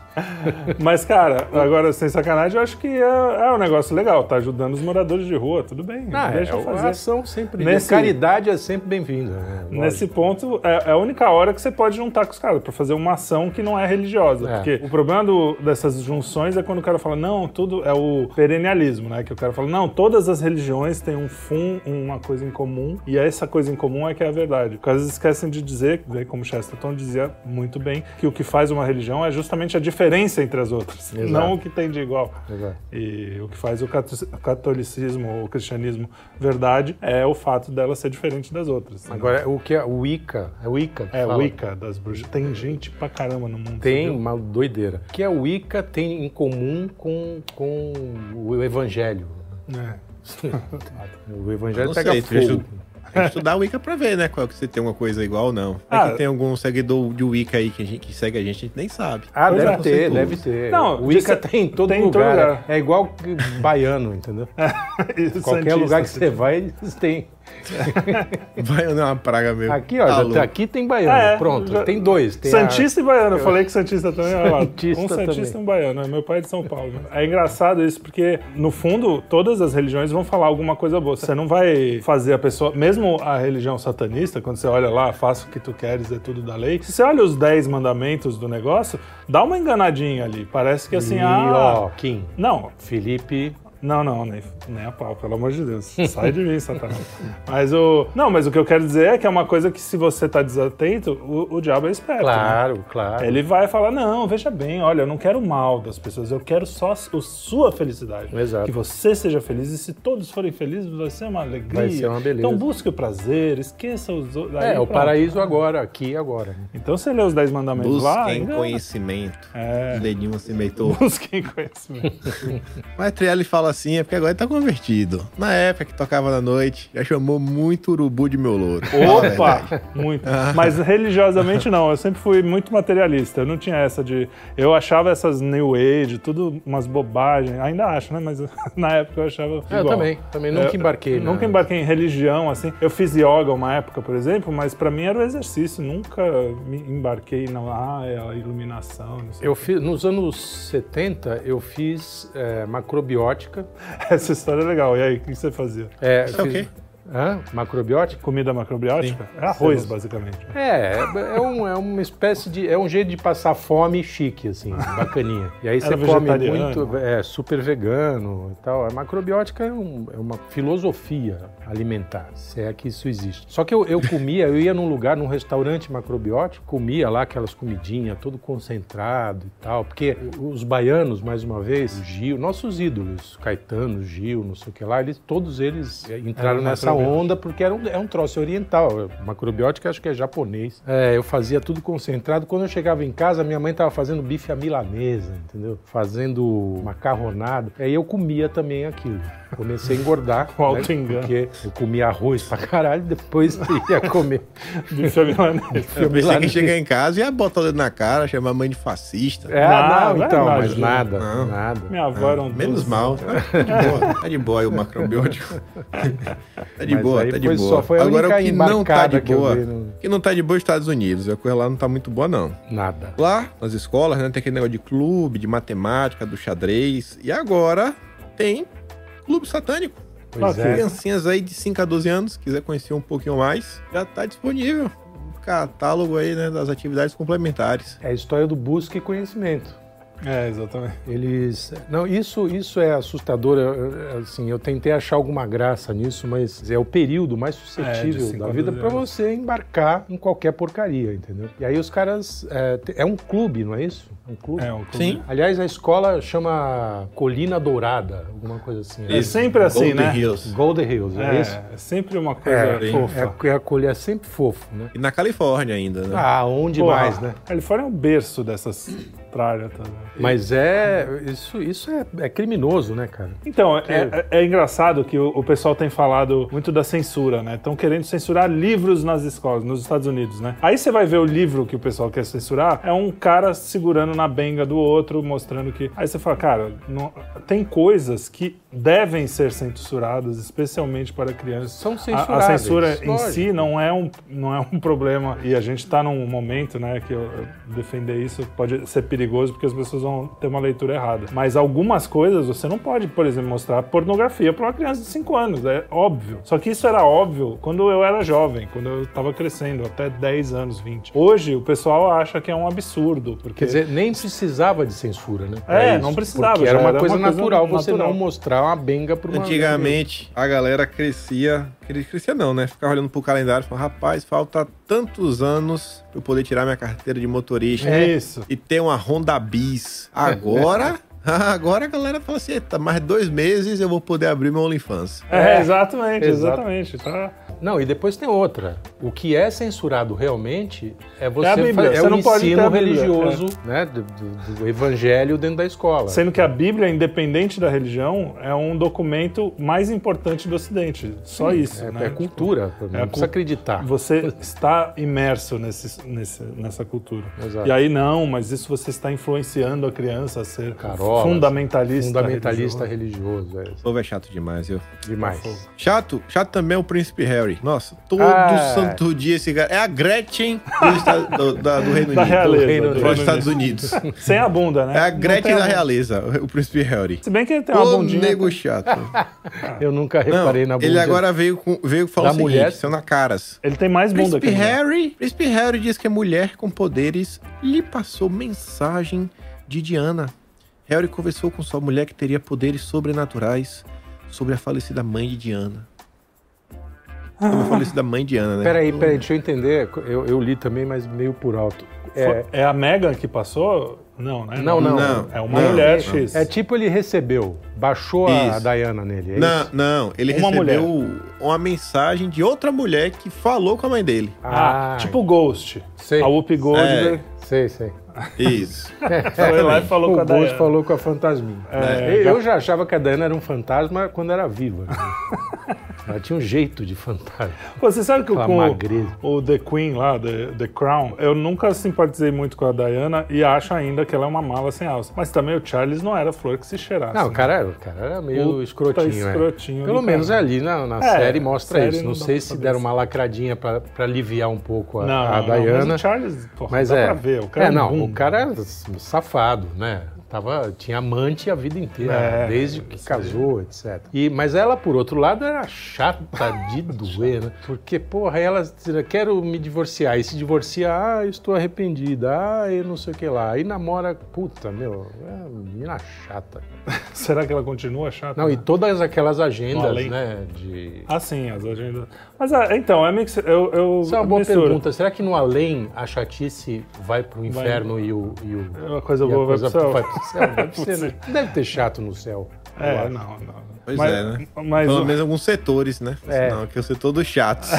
[SPEAKER 4] Mas, cara, agora, sem sacanagem, eu acho que é, é um negócio legal. Tá ajudando os moradores de rua, tudo bem.
[SPEAKER 5] Ah,
[SPEAKER 4] deixa eu
[SPEAKER 5] A
[SPEAKER 4] fazer.
[SPEAKER 5] ação sempre
[SPEAKER 4] Nesse-
[SPEAKER 5] caridade é sempre bem-vinda. né? Lógico.
[SPEAKER 4] Nesse ponto, é é a única hora que você pode juntar com os caras, pra fazer uma ação que não é religiosa.
[SPEAKER 5] É.
[SPEAKER 4] Porque o problema do- dessas junções é quando o cara fala, não, tudo é o perennialismo, né? Que o cara fala, não, todas as religiões têm um fun, uma coisa em comum, e essa coisa em comum é que é a verdade. Porque às vezes esquecem de dizer, vê como Chesterton dizia muito bem, que o que faz uma religião é justamente a diferença entre as outras,
[SPEAKER 5] Exato.
[SPEAKER 4] não o que tem de igual.
[SPEAKER 5] Exato.
[SPEAKER 4] E o que faz o cato- catolicismo ou o cristianismo verdade é o fato dela ser diferente das outras. né?
[SPEAKER 5] Agora, o que é o Wicca? É o Ica.
[SPEAKER 4] É, Wicca das bruxas. Tem gente pra caramba no mundo.
[SPEAKER 5] Tem
[SPEAKER 4] entendeu?
[SPEAKER 5] uma doideira. O que a Wicca tem em comum com, com o Evangelho?
[SPEAKER 4] É.
[SPEAKER 5] O Evangelho
[SPEAKER 3] Não
[SPEAKER 5] pega
[SPEAKER 3] sei,
[SPEAKER 5] fogo.
[SPEAKER 3] tu- Tem que estudar a Wicca pra ver, né? Qual é que você tem uma coisa igual ou não. É
[SPEAKER 4] Ah.
[SPEAKER 3] que tem algum seguidor de Wicca aí que, a gente, que segue a gente, a gente nem sabe.
[SPEAKER 5] Ah,
[SPEAKER 4] Pois
[SPEAKER 5] deve
[SPEAKER 4] é.
[SPEAKER 5] ter,
[SPEAKER 3] Conceituoso.
[SPEAKER 5] deve ter.
[SPEAKER 4] Não,
[SPEAKER 5] o Ica
[SPEAKER 4] disse-
[SPEAKER 5] tem em todo
[SPEAKER 4] tem em todo
[SPEAKER 5] lugar.
[SPEAKER 4] lugar.
[SPEAKER 5] É igual que baiano, entendeu?
[SPEAKER 4] E
[SPEAKER 5] Qualquer
[SPEAKER 4] Santista,
[SPEAKER 5] lugar que
[SPEAKER 4] assim.
[SPEAKER 5] você vai, eles têm.
[SPEAKER 3] Vai andar uma praga mesmo.
[SPEAKER 5] Aqui, ó,
[SPEAKER 3] Tá
[SPEAKER 5] já
[SPEAKER 3] louco.
[SPEAKER 5] tá- aqui tem baiano.
[SPEAKER 4] É,
[SPEAKER 5] Pronto,
[SPEAKER 4] já-
[SPEAKER 5] tem dois. Tem a-
[SPEAKER 4] Santista e baiano, eu falei que Santista também olha lá.
[SPEAKER 5] Santista
[SPEAKER 4] Um Santista
[SPEAKER 5] também.
[SPEAKER 4] e um baiano, é meu pai é de São Paulo. né? É engraçado isso, porque no fundo todas as religiões vão falar alguma coisa boa. Você não vai fazer a pessoa, mesmo a religião satanista, quando você olha lá, faça o que tu queres, é tudo da lei. Se você olha os 10 mandamentos do negócio, dá uma enganadinha ali. Parece que assim,
[SPEAKER 5] E,
[SPEAKER 4] ah.
[SPEAKER 5] ó, Kim,
[SPEAKER 4] Não,
[SPEAKER 5] Felipe.
[SPEAKER 4] Não, não, nem, nem a pau, pelo amor de Deus. Sai de mim, Satanás. Mas o. Não, mas o que eu quero dizer é que é uma coisa que, se você tá desatento, o, o diabo é esperto. né?
[SPEAKER 5] Claro, claro.
[SPEAKER 4] Ele vai falar: não, veja bem, olha, eu não quero o mal das pessoas, eu quero só a su- sua felicidade.
[SPEAKER 5] Exato.
[SPEAKER 4] Que você seja feliz, e se todos forem felizes, vai ser uma alegria.
[SPEAKER 5] Vai ser uma beleza.
[SPEAKER 4] Então busque o prazer, esqueça os outros.
[SPEAKER 5] É,
[SPEAKER 4] aí
[SPEAKER 5] o
[SPEAKER 4] pronto.
[SPEAKER 5] paraíso agora, aqui e agora.
[SPEAKER 4] Então você lê os Dez Mandamentos lá.
[SPEAKER 3] Busquem
[SPEAKER 4] engana.
[SPEAKER 3] conhecimento.
[SPEAKER 4] É.
[SPEAKER 3] Leninho se meitou.
[SPEAKER 4] Busquem conhecimento.
[SPEAKER 3] Mas Trielli fala assim, é porque agora ele tá convertido. Na época que tocava na noite, já chamou muito urubu de meu louro. Fala a
[SPEAKER 4] Opa!
[SPEAKER 3] verdade.
[SPEAKER 4] Muito.
[SPEAKER 3] Ah.
[SPEAKER 4] Mas religiosamente não, eu sempre fui muito materialista. Eu não tinha essa de. Eu achava essas New Age, tudo umas bobagens. Ainda acho, né? Mas na época eu achava.
[SPEAKER 5] Eu
[SPEAKER 4] igual.
[SPEAKER 5] É, também, também nunca
[SPEAKER 4] Eu-
[SPEAKER 5] embarquei. né?
[SPEAKER 4] Nunca embarquei em religião, assim. Eu fiz yoga uma época, por exemplo, mas pra mim era o exercício. Nunca me embarquei na ah, é a iluminação, não sei.
[SPEAKER 5] Eu fiz, nos anos 70, eu fiz é, macrobiótica.
[SPEAKER 4] Essa história é legal. E aí, o que você fazia?
[SPEAKER 5] É,
[SPEAKER 3] Isso é o
[SPEAKER 5] fiz-
[SPEAKER 3] quê?
[SPEAKER 5] Hã? Macrobiótica?
[SPEAKER 4] Comida macrobiótica? É arroz, basicamente.
[SPEAKER 5] É, é, um- é uma espécie de. É um jeito de passar fome chique, assim, bacaninha. E aí você
[SPEAKER 4] Era
[SPEAKER 5] come
[SPEAKER 4] vegetariano.
[SPEAKER 5] muito. É, super vegano e tal. A macrobiótica é, um- é uma filosofia alimentar, se é que isso existe. Só que eu, eu comia, eu ia num lugar, num restaurante macrobiótico, comia lá aquelas comidinhas, todo concentrado e tal. Porque os baianos, mais uma vez, o Gil, nossos ídolos, Caetano, Gil, não sei o que lá, eles, todos eles é, entraram
[SPEAKER 4] Era
[SPEAKER 5] nessa
[SPEAKER 4] macrobiótico.
[SPEAKER 5] onda porque era um, é um troço oriental. Macrobiótica acho que é japonês. É, eu fazia tudo concentrado. Quando eu chegava em casa, minha mãe tava fazendo bife à milanesa, entendeu? Fazendo macarronado. Aí eu comia também aquilo. Comecei a engordar. né?
[SPEAKER 4] O auto-engano.
[SPEAKER 5] Porque eu comia arroz pra caralho, depois ia comer.
[SPEAKER 4] Bife à milanesa.
[SPEAKER 3] Eu pensei
[SPEAKER 5] lá
[SPEAKER 3] que
[SPEAKER 5] no-
[SPEAKER 3] chegar em casa e ia botar o dedo na cara, chamar a mãe de fascista.
[SPEAKER 5] É,
[SPEAKER 4] Não,
[SPEAKER 5] não,
[SPEAKER 4] não é
[SPEAKER 5] então, mas
[SPEAKER 4] lógico.
[SPEAKER 5] nada,
[SPEAKER 3] Não.
[SPEAKER 5] nada.
[SPEAKER 4] Minha avó era um
[SPEAKER 3] Menos
[SPEAKER 4] doce.
[SPEAKER 3] mal. Tá tá de boa. Tá de boa aí o macrobiótico. Tá de
[SPEAKER 5] Mas
[SPEAKER 3] boa,
[SPEAKER 5] aí
[SPEAKER 3] tá de
[SPEAKER 5] foi
[SPEAKER 3] boa.
[SPEAKER 5] só- foi a
[SPEAKER 3] Agora
[SPEAKER 5] única
[SPEAKER 3] o que não tá de
[SPEAKER 5] embarcada que eu
[SPEAKER 3] boa.
[SPEAKER 5] dei no-
[SPEAKER 3] O que não tá de boa é os Estados Unidos. A coisa lá não tá muito boa, não.
[SPEAKER 5] Nada.
[SPEAKER 3] Lá, nas escolas, né, tem aquele negócio de clube, de matemática, do xadrez. E agora tem clube satânico.
[SPEAKER 5] Pois
[SPEAKER 4] Ok.
[SPEAKER 5] é.
[SPEAKER 3] Criancinhas aí de 5 a 12 anos, quiser conhecer um pouquinho mais, já tá disponível. O catálogo aí, né, das atividades complementares.
[SPEAKER 5] É a história do busca e conhecimento.
[SPEAKER 4] É, exatamente.
[SPEAKER 5] Eles. Não, isso, isso é assustador. eu- eu- Assim, eu tentei achar alguma graça nisso, mas é o período mais
[SPEAKER 4] É, de
[SPEAKER 5] suscetível
[SPEAKER 4] cinco
[SPEAKER 5] da
[SPEAKER 4] a
[SPEAKER 5] vida
[SPEAKER 4] doze
[SPEAKER 5] para
[SPEAKER 4] anos.
[SPEAKER 5] você embarcar em qualquer porcaria, entendeu? E aí os caras. É, te- é um clube, não é isso? É um clube.
[SPEAKER 4] É, um clube.
[SPEAKER 3] Sim.
[SPEAKER 5] Aliás, a escola chama Colina Dourada, alguma coisa assim.
[SPEAKER 4] É
[SPEAKER 5] né?
[SPEAKER 3] Isso.
[SPEAKER 4] sempre assim, né?
[SPEAKER 3] Hills.
[SPEAKER 5] Golden Hills, é,
[SPEAKER 4] É,
[SPEAKER 5] isso?
[SPEAKER 4] é sempre uma coisa
[SPEAKER 5] É,
[SPEAKER 4] fofa.
[SPEAKER 5] é, é, a colher é sempre fofo, né?
[SPEAKER 3] E na Califórnia ainda, né?
[SPEAKER 5] Ah, onde
[SPEAKER 4] Porra,
[SPEAKER 5] mais, né?
[SPEAKER 4] Califórnia é um berço dessas tralhas também.
[SPEAKER 5] Mas é. Isso, isso é, é criminoso, né, cara?
[SPEAKER 4] Então, é, é- é engraçado que o, o pessoal tem falado muito da censura, né? Estão querendo censurar livros nas escolas, nos Estados Unidos, né? Aí você vai ver o livro que o pessoal quer censurar, é um cara segurando na benga do outro, mostrando que. Aí você fala, cara, não- tem coisas que devem ser censuradas, especialmente para crianças.
[SPEAKER 5] São
[SPEAKER 4] A, a
[SPEAKER 5] censuráveis,
[SPEAKER 4] censura em
[SPEAKER 5] lógico.
[SPEAKER 4] si não é, um, não é um problema. E a gente está num momento, né, que eu- eu defender isso pode ser perigoso porque as pessoas vão ter uma leitura errada. Mas algumas coisas você não pode, por exemplo, mostrar pornografia para uma criança de 5 anos, é óbvio. Só que isso era óbvio quando eu era jovem, quando eu estava crescendo, até 10 anos, 20. Hoje o pessoal acha que é um absurdo, porque
[SPEAKER 5] Quer dizer, nem precisava de censura, né?
[SPEAKER 4] É,
[SPEAKER 5] Pra
[SPEAKER 4] não precisava,
[SPEAKER 5] Porque era
[SPEAKER 4] já
[SPEAKER 5] uma
[SPEAKER 4] era
[SPEAKER 5] coisa
[SPEAKER 4] uma coisa
[SPEAKER 5] natural você
[SPEAKER 4] natural.
[SPEAKER 5] não mostrar uma benga para uma...
[SPEAKER 3] Antigamente, a galera crescia. cre- Crescia não, né? Ficava olhando pro calendário e falava, rapaz, falta tantos anos pra eu poder tirar minha carteira de motorista
[SPEAKER 4] é isso.
[SPEAKER 3] e ter uma Honda Bis. Agora. Agora a galera fala assim: eita, mais dois meses eu vou poder abrir meu OnlyFans.
[SPEAKER 4] É, exatamente,
[SPEAKER 5] Exato.
[SPEAKER 4] exatamente. Tá?
[SPEAKER 5] Não, e depois tem outra. O que é censurado realmente é você
[SPEAKER 4] É a Bíblia,
[SPEAKER 5] fa-
[SPEAKER 4] você
[SPEAKER 5] o
[SPEAKER 4] não pode ter a
[SPEAKER 5] ensino
[SPEAKER 4] Bíblia, é.
[SPEAKER 5] religioso, né, do, do- do evangelho dentro da escola.
[SPEAKER 4] Sendo que a Bíblia, independente da religião, é um documento mais importante do Ocidente. Só isso.
[SPEAKER 5] é,
[SPEAKER 4] né?
[SPEAKER 5] é cultura, não
[SPEAKER 4] a
[SPEAKER 5] precisa
[SPEAKER 4] cul-
[SPEAKER 5] acreditar.
[SPEAKER 4] Você está imerso nesse, nesse- nessa cultura.
[SPEAKER 5] Exato.
[SPEAKER 4] E aí, não, mas isso você está influenciando a criança a ser
[SPEAKER 5] Carolas,
[SPEAKER 4] fundamentalista.
[SPEAKER 5] Fundamentalista
[SPEAKER 4] religioso. Tá
[SPEAKER 5] religioso,
[SPEAKER 3] O povo é chato demais, viu?
[SPEAKER 5] é demais.
[SPEAKER 3] Chato? Chato também é o Príncipe Harry. Nossa, todo
[SPEAKER 4] é.
[SPEAKER 5] Ah.
[SPEAKER 3] santo dia esse cara. É a Gretchen do, Esta- do- da- do Reino
[SPEAKER 4] Da
[SPEAKER 3] Unido.
[SPEAKER 4] realeza.
[SPEAKER 5] Reino
[SPEAKER 4] do
[SPEAKER 5] Unido.
[SPEAKER 4] Reino
[SPEAKER 3] Dos Estados Unidos.
[SPEAKER 4] Unido. Sem a bunda, né?
[SPEAKER 3] É a
[SPEAKER 4] Não
[SPEAKER 3] Gretchen
[SPEAKER 4] tem
[SPEAKER 3] da
[SPEAKER 4] bunda.
[SPEAKER 3] realeza, o Príncipe Harry.
[SPEAKER 4] Se bem que ele tem É uma
[SPEAKER 3] Ô,
[SPEAKER 4] bundinha.
[SPEAKER 3] nego chato.
[SPEAKER 5] Eu nunca
[SPEAKER 3] Não,
[SPEAKER 5] reparei na bunda.
[SPEAKER 3] Ele agora veio, com, veio falar
[SPEAKER 5] Da
[SPEAKER 3] o seguinte,
[SPEAKER 5] mulher.
[SPEAKER 3] seu na caras.
[SPEAKER 4] Ele tem mais bunda
[SPEAKER 3] Príncipe
[SPEAKER 4] que a é mulher.
[SPEAKER 3] Harry, Príncipe Harry diz que a mulher com poderes lhe passou mensagem de Diana. Harry conversou com sua mulher que teria poderes sobrenaturais sobre a falecida mãe de Diana. Sobre a falecida mãe de Diana, né?
[SPEAKER 5] Peraí, peraí, deixa eu entender. Eu, eu li também, mas meio por alto. É,
[SPEAKER 4] Foi- É. a Megan que passou? Não, né?
[SPEAKER 5] Não, não.
[SPEAKER 3] Não,
[SPEAKER 4] É uma
[SPEAKER 3] não,
[SPEAKER 4] mulher
[SPEAKER 3] não.
[SPEAKER 4] X.
[SPEAKER 5] é tipo ele recebeu, baixou a
[SPEAKER 3] Isso.
[SPEAKER 5] Diana nele, é
[SPEAKER 3] Não,
[SPEAKER 5] isso?
[SPEAKER 3] não, ele
[SPEAKER 4] Uma
[SPEAKER 3] recebeu uma mensagem de outra mulher que falou com a mãe dele.
[SPEAKER 4] Ah, tipo Ghost.
[SPEAKER 5] Sei.
[SPEAKER 4] A Whoopi Goldberg
[SPEAKER 5] Sei, sei.
[SPEAKER 3] Isso.
[SPEAKER 4] foi lá e falou com a
[SPEAKER 5] o Bozo
[SPEAKER 4] Diana.
[SPEAKER 5] falou com a fantasminha.
[SPEAKER 4] É,
[SPEAKER 5] eu, eu já achava que a Diana era um fantasma quando era viva. né? Ela tinha um jeito de fantasma.
[SPEAKER 4] Pô, você sabe que
[SPEAKER 5] Aquela magreza.
[SPEAKER 4] o, o The Queen lá, The, The Crown, eu nunca simpatizei muito com a Diana e acho ainda que ela é uma mala sem alça. Mas também o Charles não era flor que se cheirasse.
[SPEAKER 5] Não, o
[SPEAKER 4] né?
[SPEAKER 5] cara, o cara era meio
[SPEAKER 4] Puta
[SPEAKER 5] escrotinho, né?
[SPEAKER 4] escrotinho
[SPEAKER 5] Pelo
[SPEAKER 4] do
[SPEAKER 5] menos
[SPEAKER 4] cara.
[SPEAKER 5] ali na, na
[SPEAKER 4] É,
[SPEAKER 5] série mostra
[SPEAKER 4] série
[SPEAKER 5] isso. Não,
[SPEAKER 4] não dá
[SPEAKER 5] sei
[SPEAKER 4] pra
[SPEAKER 5] se
[SPEAKER 4] saber
[SPEAKER 5] deram
[SPEAKER 4] isso.
[SPEAKER 5] uma lacradinha pra, pra aliviar um pouco a,
[SPEAKER 4] Não,
[SPEAKER 5] a
[SPEAKER 4] não, não,
[SPEAKER 5] Diana.
[SPEAKER 4] mas o Charles, porra,
[SPEAKER 5] Mas
[SPEAKER 4] dá
[SPEAKER 5] é.
[SPEAKER 4] pra ver. O cara
[SPEAKER 5] é,
[SPEAKER 4] um
[SPEAKER 5] não, o
[SPEAKER 4] bunda.
[SPEAKER 5] cara é safado, né? Tava, tinha amante a vida inteira,
[SPEAKER 4] É,
[SPEAKER 5] desde que casou, etc. E, mas ela, por outro lado, era chata de doer, né? Porque, porra, ela dizia, quero me divorciar. E se divorcia, ah, eu estou arrependida, ah, eu não sei o que lá. Aí namora, puta, meu, é uma menina chata.
[SPEAKER 4] Será que ela continua chata?
[SPEAKER 5] Não, e todas aquelas
[SPEAKER 4] No
[SPEAKER 5] agendas,
[SPEAKER 4] além.
[SPEAKER 5] né? De...
[SPEAKER 4] Ah, sim, as agendas. Mas é, então, é mix. Eu, eu
[SPEAKER 5] Isso é uma boa
[SPEAKER 4] misturo.
[SPEAKER 5] pergunta. Será que no além a chatice vai pro inferno e o. E o...
[SPEAKER 4] É Uma coisa
[SPEAKER 5] E a
[SPEAKER 4] boa vai
[SPEAKER 5] coisa
[SPEAKER 4] pro céu.
[SPEAKER 5] Vai pro céu, deve ser, né? Não Deve ter chato no céu.
[SPEAKER 4] É, não, não.
[SPEAKER 3] Pois
[SPEAKER 4] Mas-
[SPEAKER 3] é, né?
[SPEAKER 4] mas
[SPEAKER 3] Pelo
[SPEAKER 4] o-
[SPEAKER 3] menos alguns setores, né?
[SPEAKER 5] É.
[SPEAKER 3] Não, que é o setor dos chatos.